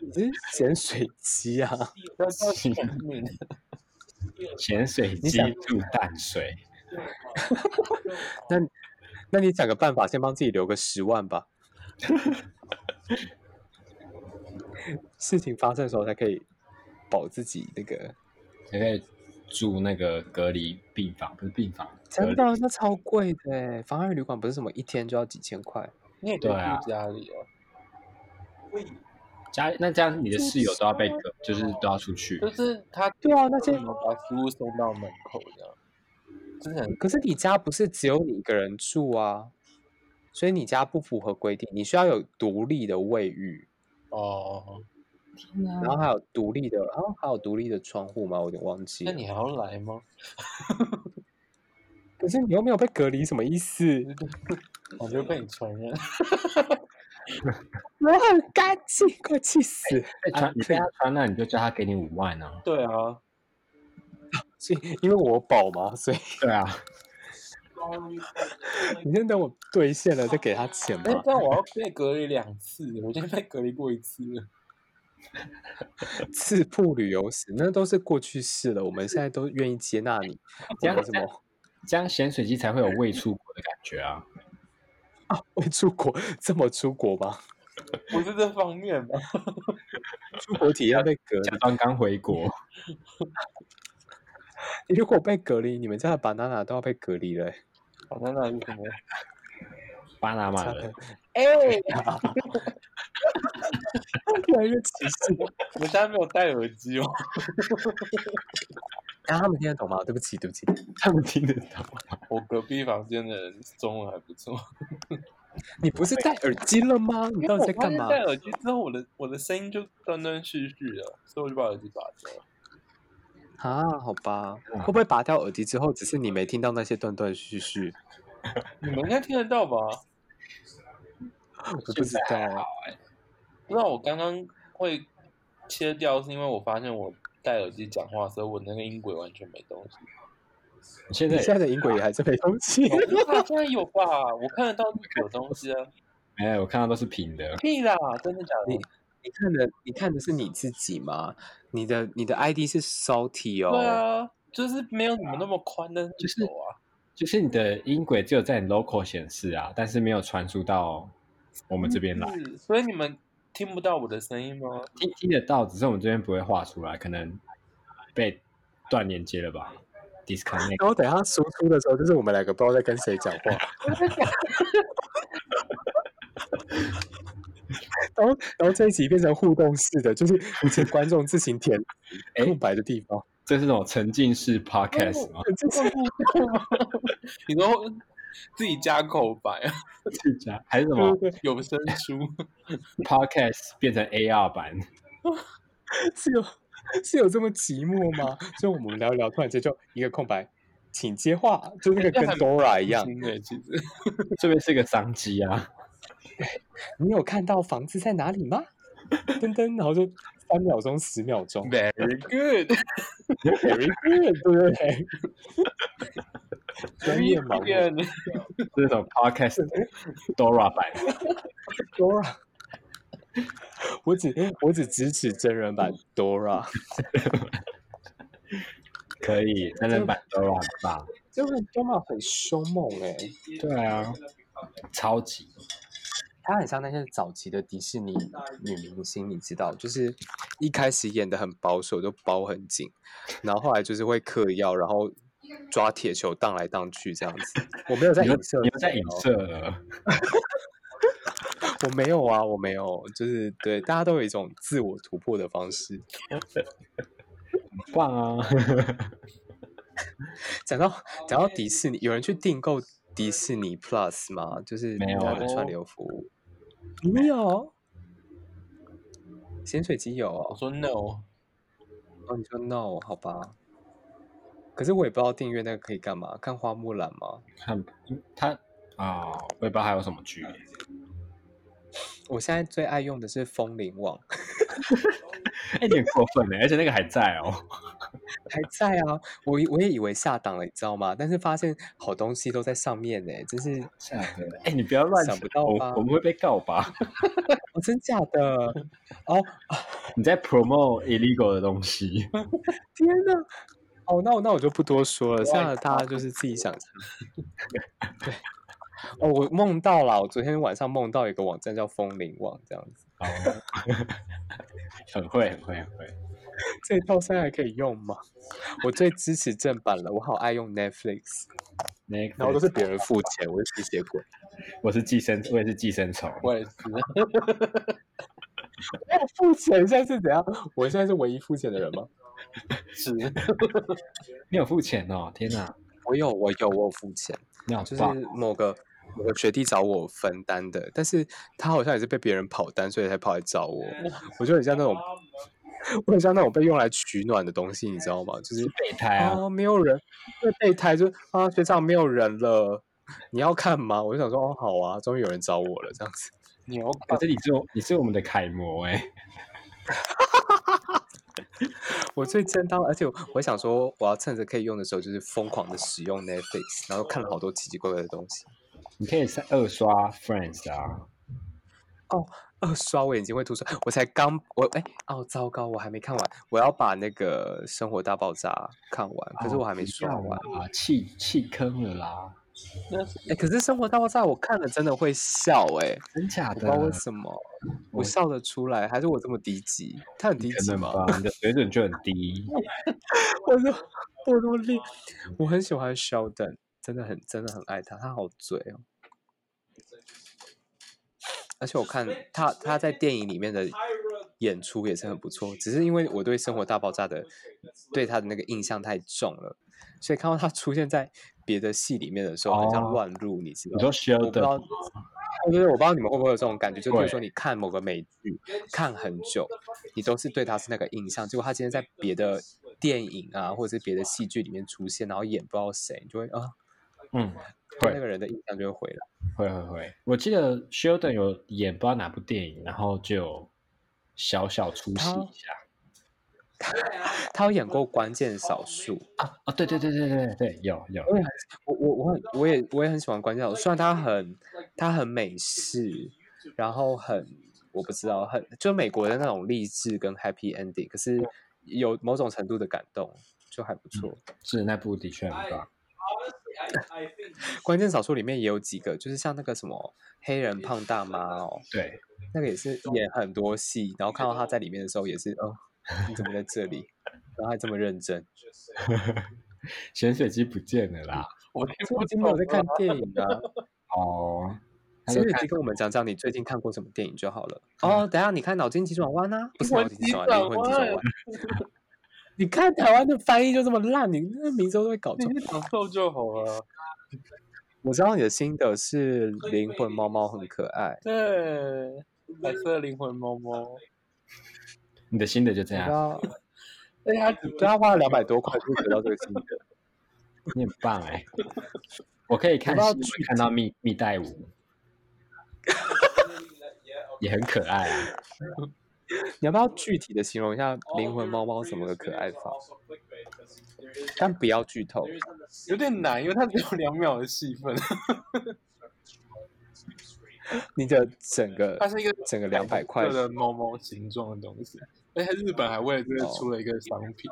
Speaker 1: 你是咸水鸡啊？
Speaker 4: 不要叫全名。
Speaker 3: 咸水
Speaker 1: 你
Speaker 3: 鸡
Speaker 1: 想
Speaker 3: 住淡水，
Speaker 1: 那你想个办法，先帮自己留个十万 吧。事情发生的时候才可以保自己那个，
Speaker 3: 才可以住那个隔离病房，不是病房，隔
Speaker 1: 真
Speaker 3: 离
Speaker 1: 的那超贵的欸，防爱旅馆不是什么一天就要几千块。
Speaker 4: 你也可以
Speaker 3: 对啊
Speaker 4: 住家里啊，
Speaker 3: 家那这样你的室友都要被隔，就是都要出去
Speaker 4: 就。是他
Speaker 1: 对啊，那些
Speaker 4: 怎么把食物送到门口这样？真的很
Speaker 1: 可是你家不是只有你一个人住啊，所以你家不符合规定，你需要有独立的卫浴，
Speaker 4: 哦。
Speaker 1: 然后还有独立的，然后还有独立的窗户吗？我有点忘记
Speaker 4: 那
Speaker 1: 了。
Speaker 4: 你还要来吗？
Speaker 1: 可是你又没有被隔离，什么意思？
Speaker 4: 我
Speaker 1: 啊
Speaker 4: 就被你传 染。
Speaker 1: 我很干净，快气死！
Speaker 3: 被传啊你被他传染，你就叫他给你五万啊。
Speaker 4: 对啊，
Speaker 1: 所以因为我保嘛，所 以
Speaker 3: 对啊，
Speaker 1: 你先等我兑现了再给他钱
Speaker 4: 哎
Speaker 1: 吧，。
Speaker 4: 但我要被隔离两次，我今天被隔离过一次了。
Speaker 1: 次铺旅游史那都是过去式了，我们现在都愿意接纳你。我
Speaker 3: 这样
Speaker 1: 们什么？
Speaker 3: 这样咸水鸡才会有未出国的感觉啊。
Speaker 1: 会出国这么出国吗？
Speaker 4: 不是这方面吧？
Speaker 1: 出国体验被隔离
Speaker 3: 假。装刚回国，
Speaker 1: 如果被隔离，你们家的 banana 都要被隔离 了欸、
Speaker 4: 好像那是什么？
Speaker 3: 巴拿马人，
Speaker 4: 哎、
Speaker 1: 越来越歧视。
Speaker 4: 我现在没有戴耳机哦。
Speaker 1: 然后啊他们听得懂吗？对不起，对不起，
Speaker 3: 他们听得到。
Speaker 4: 我隔壁房间的人中文还不错。
Speaker 1: 你不是戴耳机了吗？你到底在干嘛
Speaker 4: 因为我发现？戴耳机之后，我的我的声音就断断续续的，所以我就把耳机拔掉了。
Speaker 1: 啊，好吧，
Speaker 4: 嗯
Speaker 1: 会不会拔掉耳机之后，只是你没听到那些断断续续？
Speaker 4: 你们应该听得到吧？
Speaker 1: 我不知道，
Speaker 4: 不知道我刚刚会切掉，是因为我发现我戴耳机讲话，所以我那个音轨完全没东西。哦
Speaker 3: 你现
Speaker 1: 你
Speaker 3: 在
Speaker 1: 现在的音轨也还是没东西。
Speaker 4: 他现在有吧？我看得到有东西啊！
Speaker 3: 哎、我看到都是平的。
Speaker 4: 屁啦，真的假的？
Speaker 1: 你看的，你看的是你自己吗？你的你的 ID 是 Salty 哦。
Speaker 4: 对啊，就是没有你们那么宽，但是
Speaker 3: 就是
Speaker 4: 有啊。
Speaker 3: 就是你的音轨只有在你 local 显示啊，但是没有传输到我们这边来，
Speaker 4: 是，所以你们听不到我的声音吗？
Speaker 3: 听听得到，只是我们这边不会画出来，可能被断连接了吧，disconnect。
Speaker 1: 然后等一下输出的时候，就是我们两个不知道在跟谁讲话。然后，然后这一集变成互动式的，就是你请观众自行填
Speaker 3: 哎
Speaker 1: 空白的地方。
Speaker 3: 这是那种沉浸式 podcast 吗？
Speaker 1: 就是
Speaker 4: 你都自己加口白，啊
Speaker 3: 是这样啊还是什么
Speaker 4: 有声书，
Speaker 1: 嗯
Speaker 3: podcast 变成 AR 版？
Speaker 1: 是有是有这么寂寞吗？所以我们聊一聊，突然间就一个空白，请接话，就 那个跟
Speaker 4: 这还
Speaker 1: Dora 一样。
Speaker 4: 听的欸其实。
Speaker 3: 这边是个商机啊！
Speaker 1: 你有看到房子在哪里吗？噔噔，然后就三秒钟、十秒钟
Speaker 4: Very good，
Speaker 1: ，very good，对不对？ 专业盲目
Speaker 4: Brilliant
Speaker 3: 这是什么 podcast Dora 版？
Speaker 1: ，Dora。我只我只支持真人版 Dora，
Speaker 3: 可以，真人版 Dora 很棒。
Speaker 1: 真人 Dora 很凶猛哎、
Speaker 3: 对啊，超级。
Speaker 1: 她很像那些早期的迪士尼女明星，你知道，就是一开始演的很保守，就包很紧，然后后来就是会嗑药，然后抓铁球荡来荡去这样子。我没有在
Speaker 3: 你又
Speaker 1: 影射
Speaker 3: 你又在
Speaker 1: 谁
Speaker 3: 影
Speaker 1: 哦
Speaker 3: 射了，
Speaker 1: 我没有啊，我没有，就是对大家都有一种自我突破的方式。
Speaker 3: 很棒啊！
Speaker 1: 讲到讲到
Speaker 3: 哦
Speaker 1: 迪士尼，有人去订购迪士尼 Plus 吗？就是
Speaker 3: 没有哦
Speaker 1: 它的串
Speaker 4: 欸
Speaker 1: 流服务。你有？咸水鸡有
Speaker 4: 我
Speaker 1: 哦。
Speaker 4: 说 no，
Speaker 1: 哦，你说 no 好吧？可是我也不知道订阅那个可以干嘛，看花木兰吗？
Speaker 3: 看他啊、我也不知道还有什么 剧，哎
Speaker 1: 我现在最爱用的是风铃网，
Speaker 3: 哎、你很过分呢、而且那个还在哦。
Speaker 1: 还在啊。我以我也以为下档了，你知道吗？但是发现好东西都在上面呢、真是
Speaker 3: 吓人！哎、你不要乱
Speaker 1: 想不到
Speaker 3: 我
Speaker 1: 吧
Speaker 3: 我们会被告吧？
Speaker 1: 哦，真假的？哦，
Speaker 3: 你在 promote illegal 的东西，
Speaker 1: 天呐！哦，那我那我就不多说了，
Speaker 4: 哇
Speaker 1: 剩下的大家就是自己想象。 对，哦，我梦到了，我昨天晚上梦到一个网站叫风铃网这样子，
Speaker 3: 哦，很会，很会，很会。
Speaker 1: 这一套现在还可以用吗？我最支持正版了，我好爱用 Netflix，
Speaker 3: 那个
Speaker 1: 然后都是别人付钱，我是吸血鬼。
Speaker 3: 我是寄生，我也是寄生虫。
Speaker 4: 我也是。
Speaker 1: 哎， 付钱现在是怎样？我现在是唯一付钱的人吗？
Speaker 4: 是，
Speaker 3: 你有付钱哦？天哪，
Speaker 1: 我有，我有，我有付钱。
Speaker 3: 你好
Speaker 1: 就是
Speaker 3: 棒！
Speaker 1: 某个某个学弟找我分担的，但是他好像也是被别人跑单，所以才跑来找我。我就很像那种，我很像那种被用来取暖的东西，你知道吗？就是
Speaker 3: 备胎啊，
Speaker 1: 啊，没有人，对备胎就啊，学长没有人了，你要看吗？我就想说，哦，好啊，终于有人找我了，这样子。
Speaker 4: 你要看
Speaker 3: 可是你是我你是我们的楷模哎、
Speaker 1: 我最正当，而且我我想说，我要趁着可以用的时候，就是疯狂的使用 Netflix，然后看了好多奇奇怪怪的东西。
Speaker 3: 你可以是二刷 Friends
Speaker 1: 哦
Speaker 3: 啊，
Speaker 1: 二刷我眼睛会凸出来，我才刚我哎、哦糟糕，我还没看完，我要把那个《生活大爆炸》看完，可
Speaker 3: 哦
Speaker 1: 是我还没刷完。
Speaker 3: 啊，弃弃坑了啦，
Speaker 4: 那是
Speaker 1: 哎、可是《生活大爆炸》我看了真的会笑哎、
Speaker 3: 真假
Speaker 1: 我不知
Speaker 3: 的
Speaker 1: 道？为什么，我
Speaker 3: 我
Speaker 1: 笑得出来，还是我这么低级？他很低
Speaker 3: 可
Speaker 1: 级
Speaker 3: 能
Speaker 1: 吗？
Speaker 3: 吧，你的水准就很 低。
Speaker 1: 我说我这么厉，我很喜欢 Sheldon，真的很真的很爱他，他好嘴哦。而且我看他他在电影里面的演出也是很不错，只是因为我对《生活大爆炸》的对他的那个印象太重了，所以看到他出现在别的戏里面的时候，很像
Speaker 3: 哦
Speaker 1: 乱入，你知
Speaker 3: 你
Speaker 1: 道
Speaker 3: 说
Speaker 1: 吗？我不知道
Speaker 3: Sheldon，
Speaker 1: 就是我不知道你们会不会有这种感觉，就比如
Speaker 3: 会
Speaker 1: 说你看某个美剧看很久，你都是对他是那个印象，结果他今天在别的电影啊，或者是别的戏剧里面出现，然后演不知道谁，你就会啊，
Speaker 3: 嗯，
Speaker 1: 对
Speaker 3: 会
Speaker 1: 那个人的印象就会回来。
Speaker 3: 会会会，我记得 Sheldon 有演不知道哪部电影，然后就小小出席一下
Speaker 1: 他有演过《关键少数》，
Speaker 3: 啊啊！对对对对对对，有有，
Speaker 1: 我我我很我也我也很喜欢《关键少数》，虽然他很他很美式，然后很我不知道很就美国的那种励志跟 happy ending，可是有某种程度的感动，就还不错。
Speaker 3: 是那部的确很棒。
Speaker 1: 关键少数里面也有几个，就是像那个什么黑人胖大妈哦，
Speaker 3: 对，
Speaker 1: 那个也是演很多戏，然后看到她在里面的时候也是，哦，你怎么在这里？然后还这么认 真，
Speaker 3: 潜水机不见了啦。
Speaker 4: 我听
Speaker 1: 我
Speaker 4: 不
Speaker 1: 已经没有
Speaker 4: 懂
Speaker 1: 在看
Speaker 4: 啊
Speaker 1: 电影啊。
Speaker 3: 哦，他
Speaker 1: 所
Speaker 3: 在
Speaker 1: 以
Speaker 3: 看
Speaker 1: 你跟我们讲讲你最近看过什么电影就好了。哦，等一下你看《脑筋急转弯》啊，不是《
Speaker 4: 灵
Speaker 1: 脑
Speaker 4: 魂
Speaker 1: 筋急
Speaker 4: 急
Speaker 1: 转弯》，
Speaker 4: 转
Speaker 1: 灵魂急转
Speaker 4: 弯
Speaker 1: 弯。 你看台湾的翻译就这么烂，你那名字都会搞
Speaker 4: 你
Speaker 1: 错。
Speaker 4: 去享受就好了。
Speaker 1: 我知道你的心得是《灵魂猫猫》很可爱，
Speaker 4: 对，白色灵魂猫猫，
Speaker 3: 你的新的就这样，
Speaker 1: 后
Speaker 4: 哎，
Speaker 1: 啊
Speaker 4: 他只
Speaker 1: 对啊他花了两百多块就得到这个心得。
Speaker 3: 你很棒哎、 我可以看
Speaker 1: 我不知道
Speaker 3: 新闻
Speaker 1: 具
Speaker 3: 看到蜜蜜 袋鼯，也很可爱啊。
Speaker 1: 你要不要具体的形容一下灵魂猫猫怎么个可爱法？但不要剧透。
Speaker 4: 有点难，因为它只有两秒的戏份，
Speaker 1: 你的整个
Speaker 4: 它是一个
Speaker 1: 整个两百块
Speaker 4: 彩，色的猫猫形状的东西。而且日本还为了这个出了一个商品，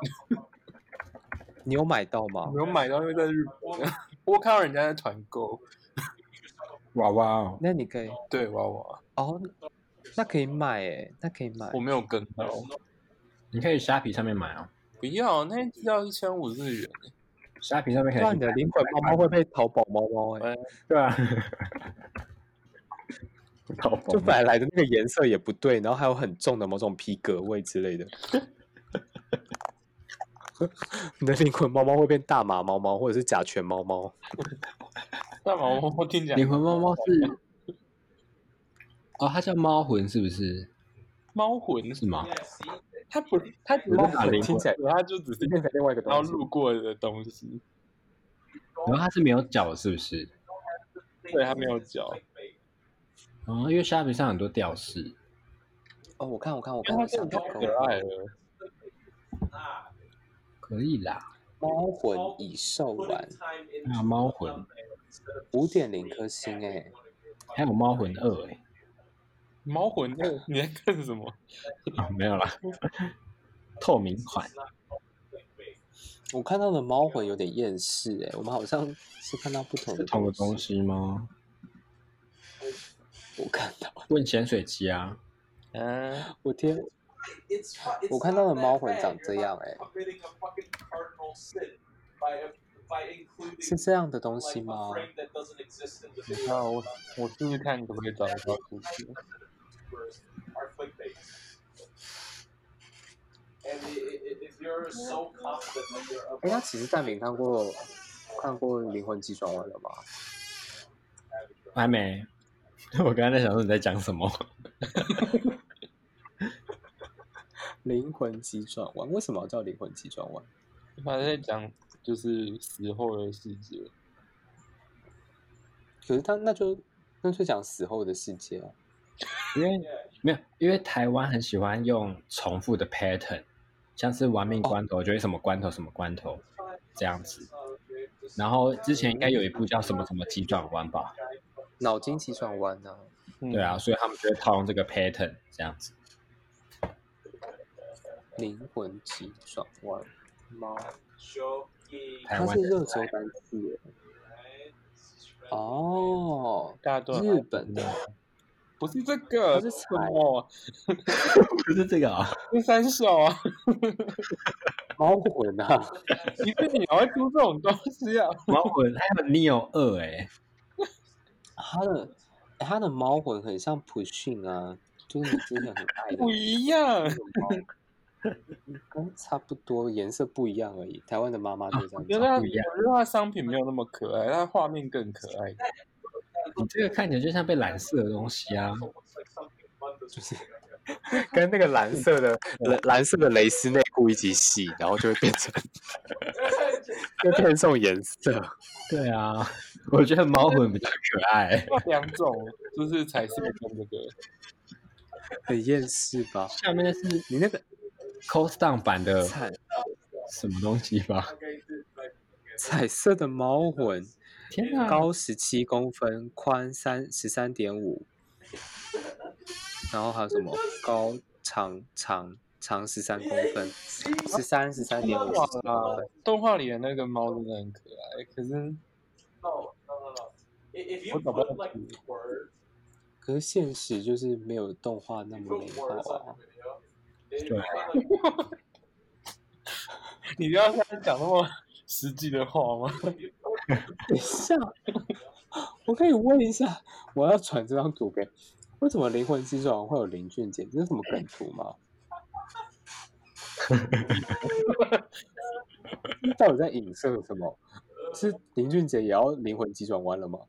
Speaker 1: 你有买到吗
Speaker 4: 我？没有买到，因为在日本， 我看到人家在团购，
Speaker 3: 哇哇哦，
Speaker 1: 那你可以
Speaker 4: 对娃娃，
Speaker 1: 哦，那可以买诶、那可以买
Speaker 4: 我。没有跟到，
Speaker 3: 你可以虾皮上面买哦，
Speaker 4: 不要那一只要一千五日元，
Speaker 3: 虾皮上面可以
Speaker 1: 那你的灵魂猫猫会被淘宝猫猫欸诶、
Speaker 4: 哎
Speaker 3: 对啊，好
Speaker 1: 就本来来的那个颜色也不对，然后还有很重的某种皮革味之类的。 你的灵魂猫猫会变大麻猫猫，或者是甲醛猫猫？
Speaker 4: 大毛猫猫听起来
Speaker 3: 灵魂猫猫是，哦，它叫猫魂是不是？
Speaker 4: 猫魂，
Speaker 3: 是吗？
Speaker 4: 它不是它只是
Speaker 3: 猫魂
Speaker 1: 听起来
Speaker 4: 它就只是
Speaker 1: 变成另外一个
Speaker 4: 然后
Speaker 1: 东西。
Speaker 4: 路过的东西，
Speaker 3: 然后它是没有脚是不是？
Speaker 4: 对，它没有脚。
Speaker 3: 哦，因为虾皮上很多吊饰，
Speaker 1: 哦，我看，我看，我看，
Speaker 4: 因为
Speaker 1: 我
Speaker 4: 它真
Speaker 1: 想
Speaker 4: 的
Speaker 1: 到
Speaker 4: 太可爱了，
Speaker 5: 啊
Speaker 3: 可以啦。
Speaker 1: 猫魂已售完，
Speaker 3: 还有猫魂，
Speaker 1: 五点零颗星欸诶、
Speaker 5: 哎
Speaker 3: 还有猫魂二哎、
Speaker 4: 猫魂那个你在看什么？
Speaker 3: 哦，没有啦，
Speaker 1: 嗯
Speaker 3: 透明款。
Speaker 1: 我看到的猫魂有点厌世哎、我们好像是看到不同的
Speaker 3: 不同的东
Speaker 1: 西。
Speaker 3: 西吗？
Speaker 1: 我看到，
Speaker 3: 问潜水机啊，
Speaker 4: 嗯、
Speaker 1: 我天，
Speaker 5: 我看到的猫魂长这样
Speaker 1: 欸
Speaker 5: 哎、
Speaker 1: 是
Speaker 5: 是
Speaker 1: 这样的东
Speaker 5: 东
Speaker 1: 西
Speaker 5: 西
Speaker 1: 吗
Speaker 5: 吗？？
Speaker 4: 你看啊我我试试看可不可以找得到出去。
Speaker 1: 哎、他其实在没看过看过《灵魂急转弯》了吗？
Speaker 3: 还没。 我刚刚在想说你在讲什么？
Speaker 1: 《灵魂急转弯》为什么要叫《灵魂急转弯》？
Speaker 4: 他在讲就是死后的世界，
Speaker 1: 可是他那就那就讲死后的世界啊。
Speaker 3: 因为没有，因为台湾很喜欢用重复的 pattern，像是玩
Speaker 1: 哦
Speaker 3: 命关头就会什么关头什么关头这样子。然后之前应该有一部叫什么什么急转弯吧？
Speaker 1: 脑筋急转弯啊，
Speaker 4: 嗯、
Speaker 3: 对啊，，所以他们就会套用这个 pattern 这样子。
Speaker 1: 《灵魂急转弯》猫，
Speaker 3: 台
Speaker 1: 它
Speaker 3: 湾
Speaker 1: 是
Speaker 3: 的
Speaker 1: 热搜单词哎哦，
Speaker 4: 大段
Speaker 1: 日本的
Speaker 4: 不是这个，
Speaker 1: 它是
Speaker 4: 什么？
Speaker 3: 不是这个 啊、
Speaker 4: 是三首啊！
Speaker 1: 猫魂啊。
Speaker 4: 一个你还会出这种东西啊？
Speaker 3: 猫魂还有 Neo 二哎、
Speaker 1: 他的他的猫魂很像普信啊，就是你之前很爱的
Speaker 4: 不一样
Speaker 1: 那，种猫，跟差不多颜色不一样而已。台湾的妈妈就这样
Speaker 4: 觉
Speaker 1: 讲
Speaker 4: 得它我
Speaker 3: 不一样
Speaker 4: 觉得它商品没有那么可爱，它画面更可爱。
Speaker 3: 你这个看起来就像被染色的东西啊，
Speaker 1: 就是 跟那个蓝色的 蓝蓝色的蕾丝内裤一起洗，然后就会变 成就变成这种颜色。
Speaker 3: 对啊， 我觉得猫魂比较可爱，
Speaker 4: 两种就是彩色跟这个，
Speaker 1: 很厌世吧？
Speaker 3: 下面的是
Speaker 1: 你那个
Speaker 3: cos down 版的
Speaker 1: 彩
Speaker 3: 什么东西吧？
Speaker 1: 彩色的猫魂，
Speaker 3: 天哪，
Speaker 1: 高十七公分，宽三十三点五，然后还有什么高长长长十三公分，十三十三点五
Speaker 4: 哇动画里的那个猫真的很可爱，可是
Speaker 5: 我找不到。
Speaker 1: 可是现实就是没有动画那么美好啊。
Speaker 4: 你不要现在讲那么实际的话吗？
Speaker 1: 等一下，我可以问一下，我要传这张图给，为什么灵魂急转弯会有林俊杰？这是什么梗图吗？到底在影射什么？是林俊杰也要灵魂急转弯了吗？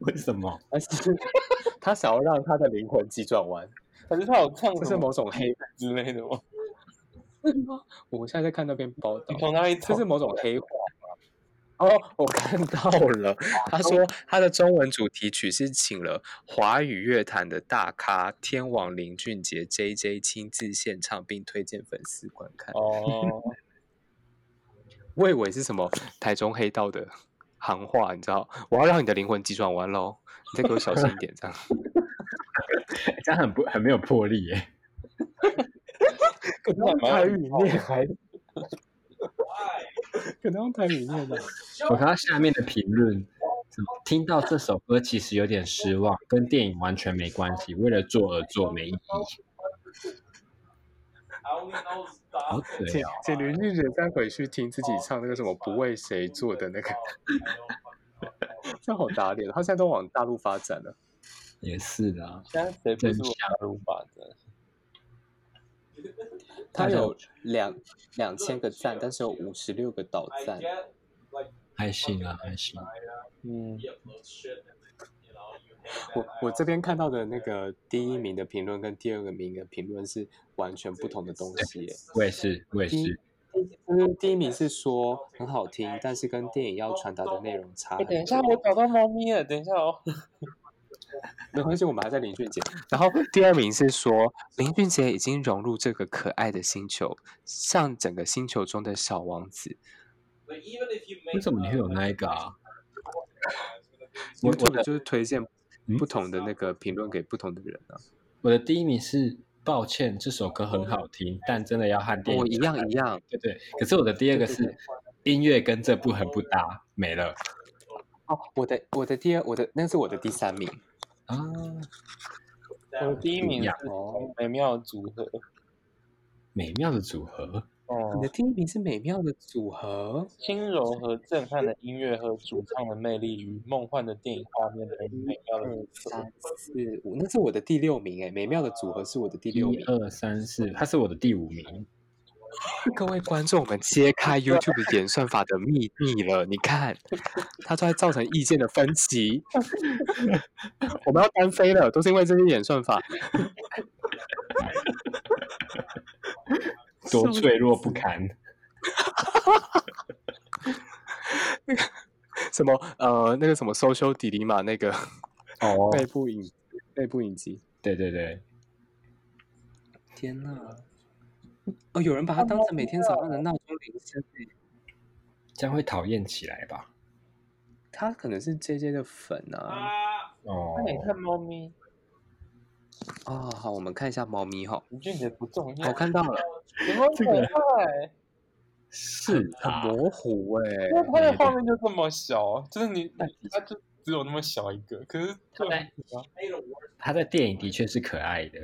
Speaker 3: 为什么？
Speaker 1: 还是他想要让他的灵魂急转弯？
Speaker 4: 可是他有唱
Speaker 1: 这
Speaker 4: 什
Speaker 1: 是
Speaker 4: 么
Speaker 1: 某种黑
Speaker 4: 之类的吗？
Speaker 1: 我现在在看那篇报道
Speaker 4: 你，从哪里
Speaker 1: 这
Speaker 4: 找
Speaker 1: 是？某种黑化吗？哦，我看到了。哦他说他的中文主题曲是请了华语乐坛的大咖天王林俊杰 J J 亲自献唱，并推荐粉丝观看。
Speaker 4: 哦，
Speaker 1: 我以为是什么台中黑道的行话，你知道？我要让你的灵魂急转弯喽，你再给我小心一点，这样。
Speaker 3: 这样很不很没有魄力耶。
Speaker 1: 可
Speaker 4: 能用台语
Speaker 1: 念还，可能用台语念吧。
Speaker 3: 我看到下面的评论，什么听到这首歌其实有点失望，跟电影完全没关系，为了做而做没意义。好可
Speaker 1: 简
Speaker 3: 怜，
Speaker 1: 简林俊杰再回去听自己唱那个什么不为谁做的那个， 这好打脸。他现在都往大陆发展了，
Speaker 3: 也是的，
Speaker 4: 现在谁不
Speaker 3: 真
Speaker 4: 是我大陆版的？
Speaker 1: 他
Speaker 3: 大家
Speaker 1: 有两两千个赞，但是有五十六个倒赞。
Speaker 3: 还行啊，还行。
Speaker 4: 嗯，
Speaker 1: 我我这边看到的那个第一名的评论跟第二个名的评论是完全不同的东西耶。
Speaker 3: 我也是，我也
Speaker 1: 第一
Speaker 3: 是。
Speaker 1: 就是第一名是说很好听，但是跟电影要传达的内容差
Speaker 4: 哎，
Speaker 1: 很
Speaker 4: 等一
Speaker 1: 多。
Speaker 4: 下，我找到猫咪了，等一下哦。
Speaker 1: 没关系，我们还在林俊 杰。然后第二名是说，林俊杰已经融入这个可爱的星球，像整个星球中的小王子。
Speaker 3: 为什么你会有那一个啊？我我
Speaker 1: YouTube
Speaker 3: 的
Speaker 1: 就是推荐
Speaker 3: 嗯
Speaker 1: 不同的那个评论给不同的人啊。
Speaker 3: 我的第一名是抱歉，这首歌很好听，但真的要和电影
Speaker 1: 我一样一样，
Speaker 3: 对对。可是我的第二个
Speaker 1: 对
Speaker 3: 是音乐跟这部很不搭，没了
Speaker 1: 哦，我的我的第二我的那是我的第三名，
Speaker 3: 啊。
Speaker 4: 我第一名
Speaker 3: 一
Speaker 4: 是
Speaker 3: 样
Speaker 1: 哦
Speaker 4: 美妙的组合，
Speaker 3: 美妙的组合，
Speaker 1: 你的
Speaker 4: 哦，
Speaker 1: 第一名是美妙的组合，
Speaker 4: 轻柔和震撼的音乐和主唱的魅力与梦幻的电影画面的美妙
Speaker 1: 嗯
Speaker 4: 的哦组合。
Speaker 1: 三四五，那是我的第六名哎，美妙的组合是我的第六
Speaker 3: 一
Speaker 1: 名。
Speaker 3: 二三四，它是我的第五名。
Speaker 1: 各位观众，我们揭 开 YouTube 的演算法的秘密了。你 看，它都在造成意见的分 歧。我们要单飞了，都是因为这些演算法。
Speaker 3: 多脆弱不堪。
Speaker 1: 什么呃，那个什么 Social Dilemma 那个
Speaker 3: 哦，
Speaker 1: 内部影内部影集。
Speaker 3: 对对对，
Speaker 1: 天呐！哦，有人把它当成每天早上的闹钟铃声欸。
Speaker 3: 这样会讨厌起来吧？
Speaker 1: 他可能是 J J 的粉啊。
Speaker 3: 哦
Speaker 4: 哎那，你看猫咪，
Speaker 1: 哦，好，我们看一下猫咪哈。
Speaker 4: 你俊杰不重要
Speaker 1: 我，看到了，
Speaker 4: 有没有
Speaker 3: 这
Speaker 4: 可
Speaker 3: 个
Speaker 4: 爱？
Speaker 3: 是
Speaker 1: 很
Speaker 3: 啊，
Speaker 1: 模糊哎、
Speaker 4: 因为它的画面就这么小，就是你，它就只有那么小一个，可是就
Speaker 3: 在他在电影的确是可爱的，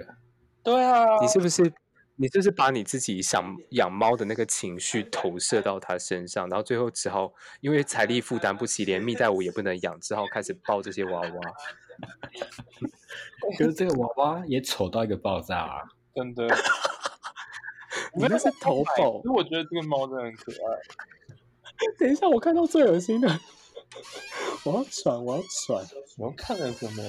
Speaker 4: 对啊，
Speaker 1: 你是不是你就是把你自己想养猫的那个情绪投射到它身上，然后最后只好因为财力负担不起，连蜜袋鼯也不能养，只好开始抱这些娃 娃。
Speaker 3: 可是这个娃娃也丑到一个爆炸啊！
Speaker 4: 真的。
Speaker 1: 你那是投
Speaker 4: 可
Speaker 1: 保
Speaker 4: 是我觉得这个猫真的很可爱，
Speaker 1: 等一下，我看到最恶心的我要喘，我要喘，
Speaker 4: 我看了什么？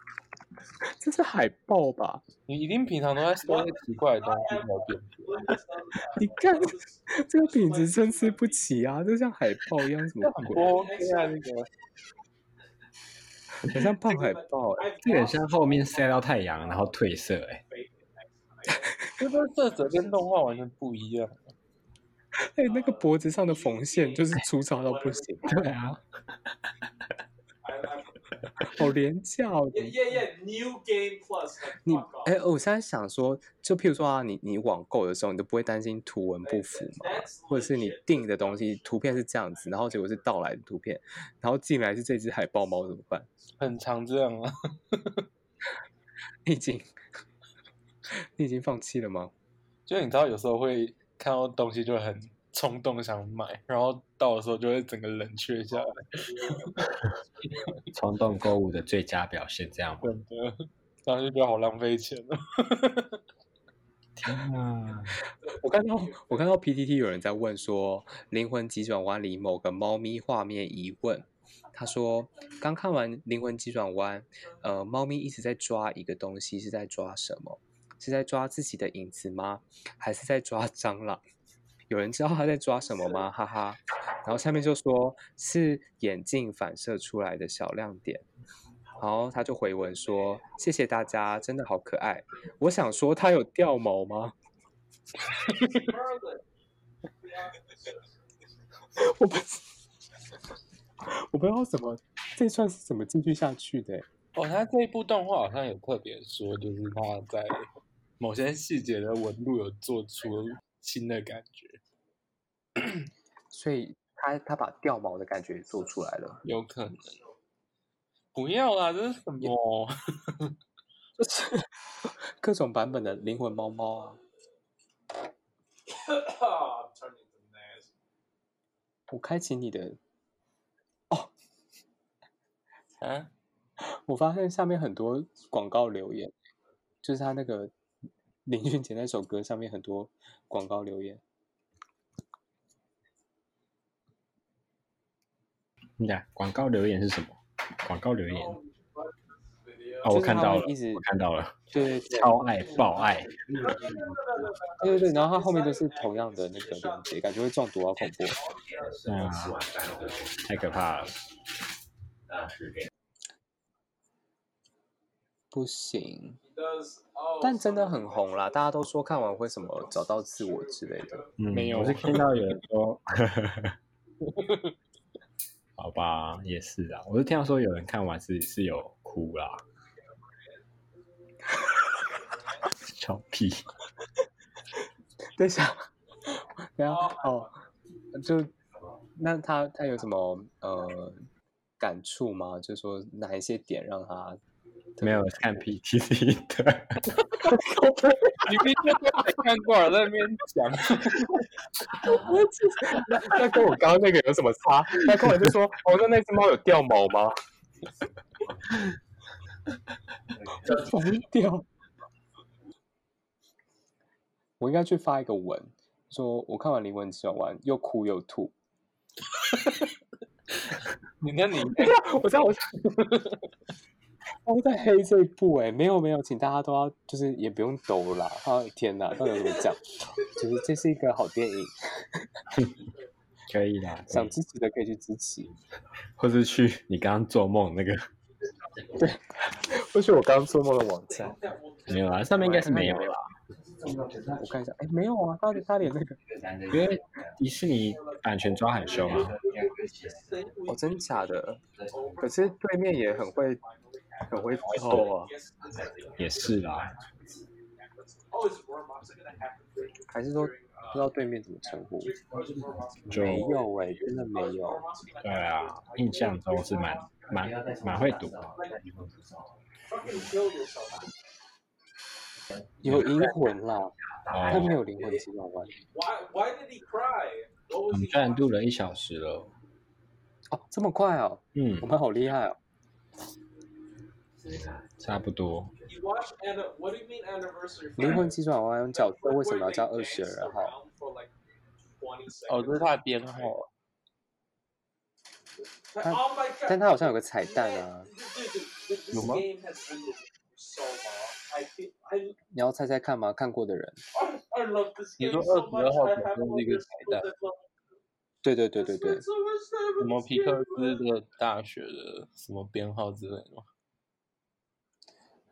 Speaker 1: 这是海报吧？
Speaker 4: 你一定平常都在搜一些奇怪的东西来辨别。
Speaker 1: 你看这个品质参差不齐啊，这像海报一样，什么
Speaker 4: 很
Speaker 1: 鬼？
Speaker 4: 多现在那个
Speaker 1: 很像胖海报、 欸。
Speaker 3: 这个很像后面晒到太阳然后褪色、欸，哎，
Speaker 4: 这个色泽跟动画完全不一样。
Speaker 1: 哎、那个脖子上的缝线就是粗糙到不行，
Speaker 3: 对啊，
Speaker 1: 好廉价哦。
Speaker 5: Yeah, yeah, yeah. New game plus. like,
Speaker 1: 你
Speaker 5: fuck off.
Speaker 1: 哎、我现在想说，就譬如说啊，你你网购的时候，你都不会担心图文不符嘛，或者是你订的东西图片是这样子，然后结果是盗来的图片，然后进来是这只海豹猫怎么办？
Speaker 4: 很常这样啊，
Speaker 1: 你已经 你已经放弃了吗？
Speaker 4: 就你知道有时候会看到东西就会很冲动想买，然后到的时候就会整个冷却下来，
Speaker 3: 冲动购物的最佳表现，这样吗？
Speaker 4: 真的，然后就觉得好浪费钱哦。
Speaker 3: 天啊，
Speaker 1: 我看到我看到 PTT 有人在问说，《灵魂急转弯》里某个猫咪画面疑问。他说：“刚看完《灵魂急转弯》，呃，猫咪一直在抓一个东西，是在抓什么？是在抓自己的影子吗？还是在抓蟑螂？有人知道它在抓什么吗？哈哈。”然后下面就说是眼镜反射出来的小亮点。然后他就回文说：“谢谢大家，真的好可爱。”我想说，它有掉毛吗？我不，我不知道怎么这算是怎么继续下去的欸。
Speaker 4: 哦，他这一部动画好像有特别说，就是他在某些细节的纹路有做出新的感觉，
Speaker 1: 所以他他把掉毛的感觉做出来了，
Speaker 4: 有可能。不要啦，这是什么？
Speaker 1: 就是各种版本的灵魂猫猫啊。
Speaker 5: I'm turning to nasty.
Speaker 1: 我开启你的，
Speaker 4: 啊，
Speaker 1: 我发现下面很多广告留言，就是他那个林俊杰那首歌上面很多广告留言。
Speaker 3: 你讲广告留言是什么？广告留言哦，
Speaker 1: 就
Speaker 3: 我
Speaker 1: 是
Speaker 3: 看
Speaker 1: 他
Speaker 3: 到
Speaker 1: 会
Speaker 3: 了，
Speaker 1: 一直
Speaker 3: 我看到了，
Speaker 1: 对对对，
Speaker 3: 超爱爆爱，
Speaker 1: 对对对，然后它后面都是同样的那个链接，感觉会中毒，好恐怖。
Speaker 3: 对啊，太可怕了。
Speaker 1: 不行，
Speaker 5: He does. Oh,
Speaker 1: 但真的很红啦，大家都说看完会什么找到自我之类的。
Speaker 3: 嗯，
Speaker 4: 没有
Speaker 3: 我是看到有人 说，好吧，也是啊，我是听到说有人看完是是有哭啦， 小屁，
Speaker 1: 等一 下，等一下哦，就那他他有什么呃感触吗？就说哪一些点让他
Speaker 3: 没有看 PTT 的，
Speaker 4: 你明明就没看过，还在那边讲。
Speaker 1: 那 那跟我刚刚那个有什么差？那跟我就说，哦，那那只猫有掉毛 吗？疯掉！我应该去发一个文，说我看完《灵魂急转弯》又哭又吐。
Speaker 4: 你看你
Speaker 1: 我知道，我知 道我在黑这一部哎、没有没有，请大家都要就是也不用抖啦。啊天哪，到底怎么讲？就是这是一个好电影，
Speaker 3: 可以啦，可
Speaker 1: 想
Speaker 3: 以
Speaker 1: 支持的可以去支持。
Speaker 3: 或是去 你刚刚做梦 那个
Speaker 1: 或许我刚刚做梦的网站，
Speaker 3: 没有啊啦，上面应该是没有啦，
Speaker 1: 我看一下，哎，没有啊，他他连那个，
Speaker 3: 因为迪士尼版权抓很凶啊，
Speaker 1: 哦，真假的，可是对面也很会，很会偷啊，
Speaker 3: 也是啦，
Speaker 1: 还是说不知道对面怎么称呼？
Speaker 3: 就
Speaker 1: 没有哎、真的没有，
Speaker 3: 对啊，印象中是蛮蛮蛮会赌，
Speaker 1: 有银魂啦，他
Speaker 3: 哦
Speaker 1: 没，有灵魂急转弯
Speaker 5: Why? Why did he cry? What
Speaker 3: 我
Speaker 5: was
Speaker 3: 们
Speaker 5: he?
Speaker 3: 居然录了一小时了，
Speaker 1: 哦，这么快哦，
Speaker 3: 嗯
Speaker 1: 我，们好厉害哦，
Speaker 3: 差不多。
Speaker 5: He watched. Anna, what do you mean anniversary?
Speaker 1: 灵魂急转弯角色
Speaker 5: Where
Speaker 1: 为什么要
Speaker 5: they
Speaker 1: 叫二
Speaker 5: danced
Speaker 1: 十二号？
Speaker 5: around for like 20 seconds.
Speaker 4: 哦，这是他的编号。
Speaker 5: 它但
Speaker 6: 但它
Speaker 5: 它好
Speaker 6: 好
Speaker 5: 像
Speaker 6: 像
Speaker 5: 有
Speaker 6: 有
Speaker 5: 个
Speaker 6: 个
Speaker 5: 彩
Speaker 6: 彩
Speaker 5: 蛋
Speaker 6: 蛋
Speaker 5: 啊
Speaker 6: 啊，
Speaker 5: 有吗？
Speaker 1: 你要猜猜看吗？看过的人，
Speaker 4: 你说22号可能是一个彩蛋
Speaker 1: 对对对
Speaker 6: 对对
Speaker 1: 对对
Speaker 6: 对，，
Speaker 4: 什
Speaker 6: 什
Speaker 4: 么皮克斯的大学的什么编号之类的吗？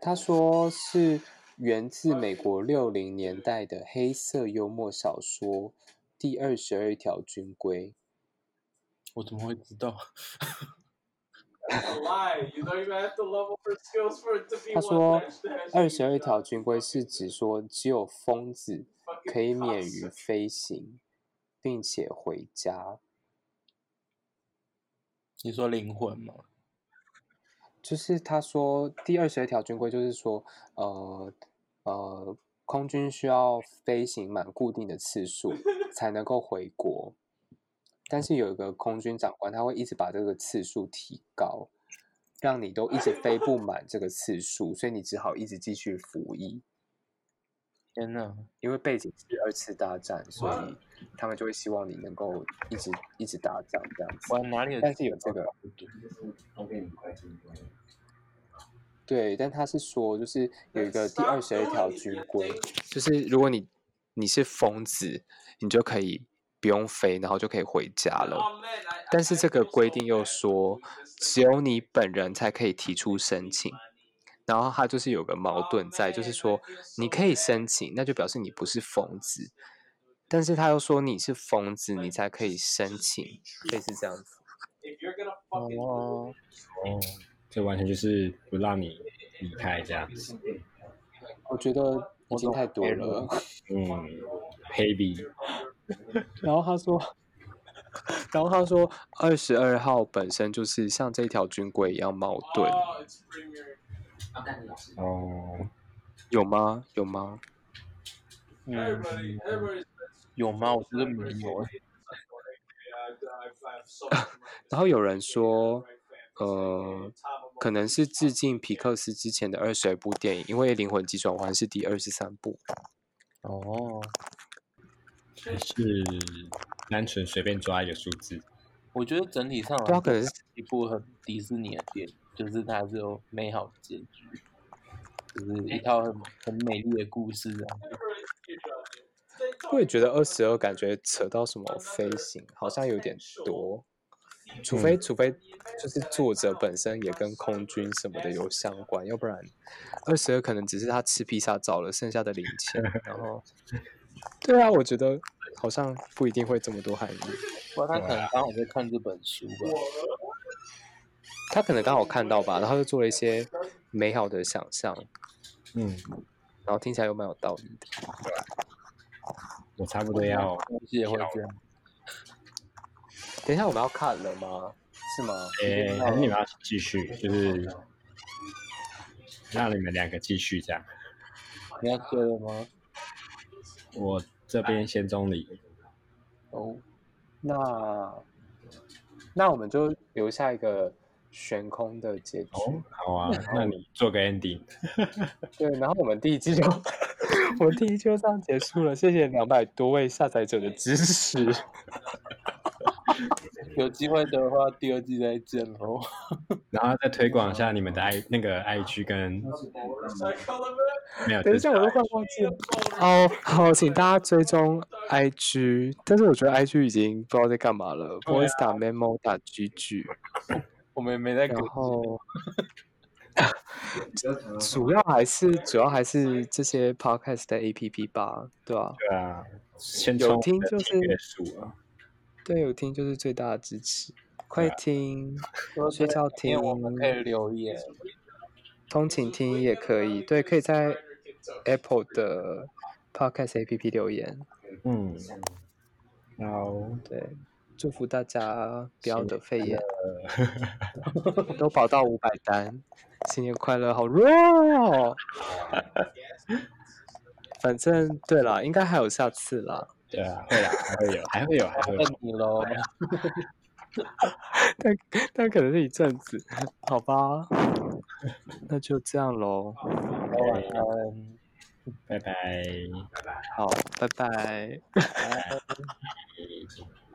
Speaker 1: 他说是源自美国六零年代的黑色幽默小说《第二十二条军规
Speaker 4: 我怎么会知道？
Speaker 6: 他
Speaker 1: 他说
Speaker 6: 说》。
Speaker 1: 二
Speaker 6: 二
Speaker 1: 十
Speaker 6: 十
Speaker 1: 二
Speaker 6: 二
Speaker 1: 条
Speaker 6: 条
Speaker 1: 军
Speaker 6: 军
Speaker 1: 规
Speaker 6: 规
Speaker 1: 是
Speaker 6: 是
Speaker 1: 指
Speaker 6: 指
Speaker 1: 说，只有疯子可
Speaker 6: 可以
Speaker 1: 以免
Speaker 6: 免
Speaker 1: 于
Speaker 6: 于
Speaker 1: 飞行，并且回家。
Speaker 4: 你说灵魂吗？
Speaker 1: 就是他说第二十二条军规，就是说，呃呃，空军需要飞行满固定的次数才能够回国，但是有一个空军长官，他会一直把这个次数提高，让你都一直飞不满这个次数，所以你只好一直继续服役。
Speaker 4: 天哪！
Speaker 1: 因为背景是二次大战，所以他们就会希望你能够一直一直打仗这样子。
Speaker 4: 玩哪里的？
Speaker 1: 但是有这个
Speaker 4: 不读
Speaker 1: 对，但他是说，就是有
Speaker 6: 有
Speaker 1: 一
Speaker 6: 一
Speaker 1: 个
Speaker 6: 个
Speaker 1: 第
Speaker 6: 第
Speaker 1: 二
Speaker 6: 二
Speaker 1: 十
Speaker 6: 十
Speaker 1: 二
Speaker 6: 二
Speaker 1: 条
Speaker 6: 条
Speaker 1: 军
Speaker 6: 军
Speaker 1: 规
Speaker 6: 规，
Speaker 1: 就是如果你你是疯子，你就可以不用飞，然后就可以回家
Speaker 6: Oh,
Speaker 1: 了。
Speaker 6: 但是这个规定又说，
Speaker 1: 只
Speaker 6: 只
Speaker 1: 有
Speaker 6: 有
Speaker 1: 你
Speaker 6: 你
Speaker 1: 本人才可以提出申请。然后他就是有个
Speaker 6: 矛
Speaker 1: 矛盾
Speaker 6: 盾
Speaker 1: 在，
Speaker 6: 在，
Speaker 1: 就
Speaker 6: 就是是
Speaker 1: 说
Speaker 6: 说
Speaker 1: 你
Speaker 6: 你
Speaker 1: 可
Speaker 6: 可
Speaker 1: 以
Speaker 6: 以
Speaker 1: 申
Speaker 6: 申
Speaker 1: 请
Speaker 6: 请，，
Speaker 1: 那
Speaker 6: 那
Speaker 1: 就
Speaker 6: 就
Speaker 1: 表
Speaker 6: 表
Speaker 1: 示
Speaker 6: 示
Speaker 1: 你
Speaker 6: 你
Speaker 1: 不
Speaker 6: 不是
Speaker 1: 是疯
Speaker 6: 疯
Speaker 1: 子
Speaker 6: 子，，
Speaker 1: 但是他又说你是疯子，你才可以申请，类似这样子。
Speaker 4: 哦，
Speaker 3: 哦，这完全就是不让你离开这样子。
Speaker 1: 我觉得已经太多了。
Speaker 3: 嗯，heavy，
Speaker 1: 然后他说， 然后他说，二十二号本身就是像这条军规一样矛盾，
Speaker 6: 啊
Speaker 3: 哦，
Speaker 1: 有吗？有吗？
Speaker 4: 嗯，有吗？我觉得没有。
Speaker 6: 然后有人
Speaker 1: 说
Speaker 6: 说，
Speaker 1: 呃
Speaker 6: 呃，
Speaker 1: 可
Speaker 6: 可
Speaker 1: 能
Speaker 6: 能
Speaker 1: 是
Speaker 6: 是
Speaker 1: 致
Speaker 6: 致
Speaker 1: 敬
Speaker 6: 敬皮
Speaker 1: 皮克
Speaker 6: 克
Speaker 1: 斯之前的二十二部电影，因为《灵魂急转弯》是第二十三部。
Speaker 4: 哦，
Speaker 3: 还是单纯随便抓一个数字。
Speaker 4: 我觉得整体上
Speaker 1: 对啊，
Speaker 4: 来
Speaker 1: 可
Speaker 4: 说，
Speaker 1: 能是
Speaker 4: 一部很迪士尼的电影，就是它是有美好的结局，就是一套很很美丽的故事啊这样。
Speaker 6: 斯，
Speaker 1: 我
Speaker 6: 我
Speaker 1: 也
Speaker 6: 也觉
Speaker 1: 觉得
Speaker 6: 得
Speaker 1: 二
Speaker 6: 二
Speaker 1: 十
Speaker 6: 十
Speaker 1: 二
Speaker 6: 二
Speaker 1: 感
Speaker 6: 感觉
Speaker 1: 觉扯到什么飞行，好像有点多。除非
Speaker 6: 嗯
Speaker 1: 除非就是作者
Speaker 6: "Oh,
Speaker 1: 本身也跟空军什么的有相关，要不然二十二可能只是他吃披萨找了剩下的零钱，然后对啊，我觉得好像不一定会这么多含义。
Speaker 4: 不然他可能刚好在看这本书吧。
Speaker 1: 他可能刚好看到吧，然后就做了一些美好的想象，
Speaker 3: 嗯，
Speaker 1: 然后听起来又蛮有道理的。
Speaker 3: 我差不多要
Speaker 4: 东西也会这样。
Speaker 1: 等一下我们要看了吗？是吗？
Speaker 3: 诶、还是你们要继续，就是让你们两个继续这样。
Speaker 4: 你要睡了吗？
Speaker 3: 我这边先中理，
Speaker 1: 哦，那那我们就留下一个悬空的结局。
Speaker 3: 哦，好啊，那你做个 ending。
Speaker 1: 对，然后我们第一季就 我们第一季就这样结束了，谢谢两百多位下载者的支 持。
Speaker 4: 有机会的话，第二季再见喽。
Speaker 3: 然后再推广一下你们的 i 那个 IG 跟
Speaker 6: "Oh,
Speaker 3: 没有，
Speaker 1: 等一
Speaker 3: 就
Speaker 1: 下，
Speaker 3: 是
Speaker 1: 我又快忘记了。 哦，好，请大家追踪 IG，但是我觉得 IG 已经不知道在干嘛了。b o y s 打 memo 打 GG，
Speaker 4: 我们也没在
Speaker 1: 然
Speaker 4: 更新，
Speaker 1: 后主要还是主要还是这些 podcast 的 APP 吧，对吧、
Speaker 3: 对啊，先
Speaker 1: 有
Speaker 3: 冲我
Speaker 1: 听
Speaker 3: 们的
Speaker 1: 就是
Speaker 3: 订阅数啊。
Speaker 1: 对，有听就是最大的支持。快听，睡觉
Speaker 4: 啊因
Speaker 1: 听
Speaker 4: 为，我们可以留言。
Speaker 1: 通勤听也可以。对，可以在 Apple 的 Podcast APP 留言。
Speaker 3: 嗯，好，
Speaker 1: 对，祝福大家不要
Speaker 3: 新
Speaker 1: 得
Speaker 3: 年
Speaker 1: 肺
Speaker 3: 快
Speaker 1: 炎，
Speaker 3: 呃，
Speaker 1: 都跑到五百单。新年快乐，好弱哦。反正对啦，应该还有下次啦，
Speaker 3: 对啊，会啦，还会有，还会有，还会有。
Speaker 4: 问你喽，
Speaker 1: 但但可能是一阵子，好吧？那就这样喽，
Speaker 4: 晚安。
Speaker 3: 拜拜。
Speaker 1: 好，拜拜。
Speaker 3: 拜拜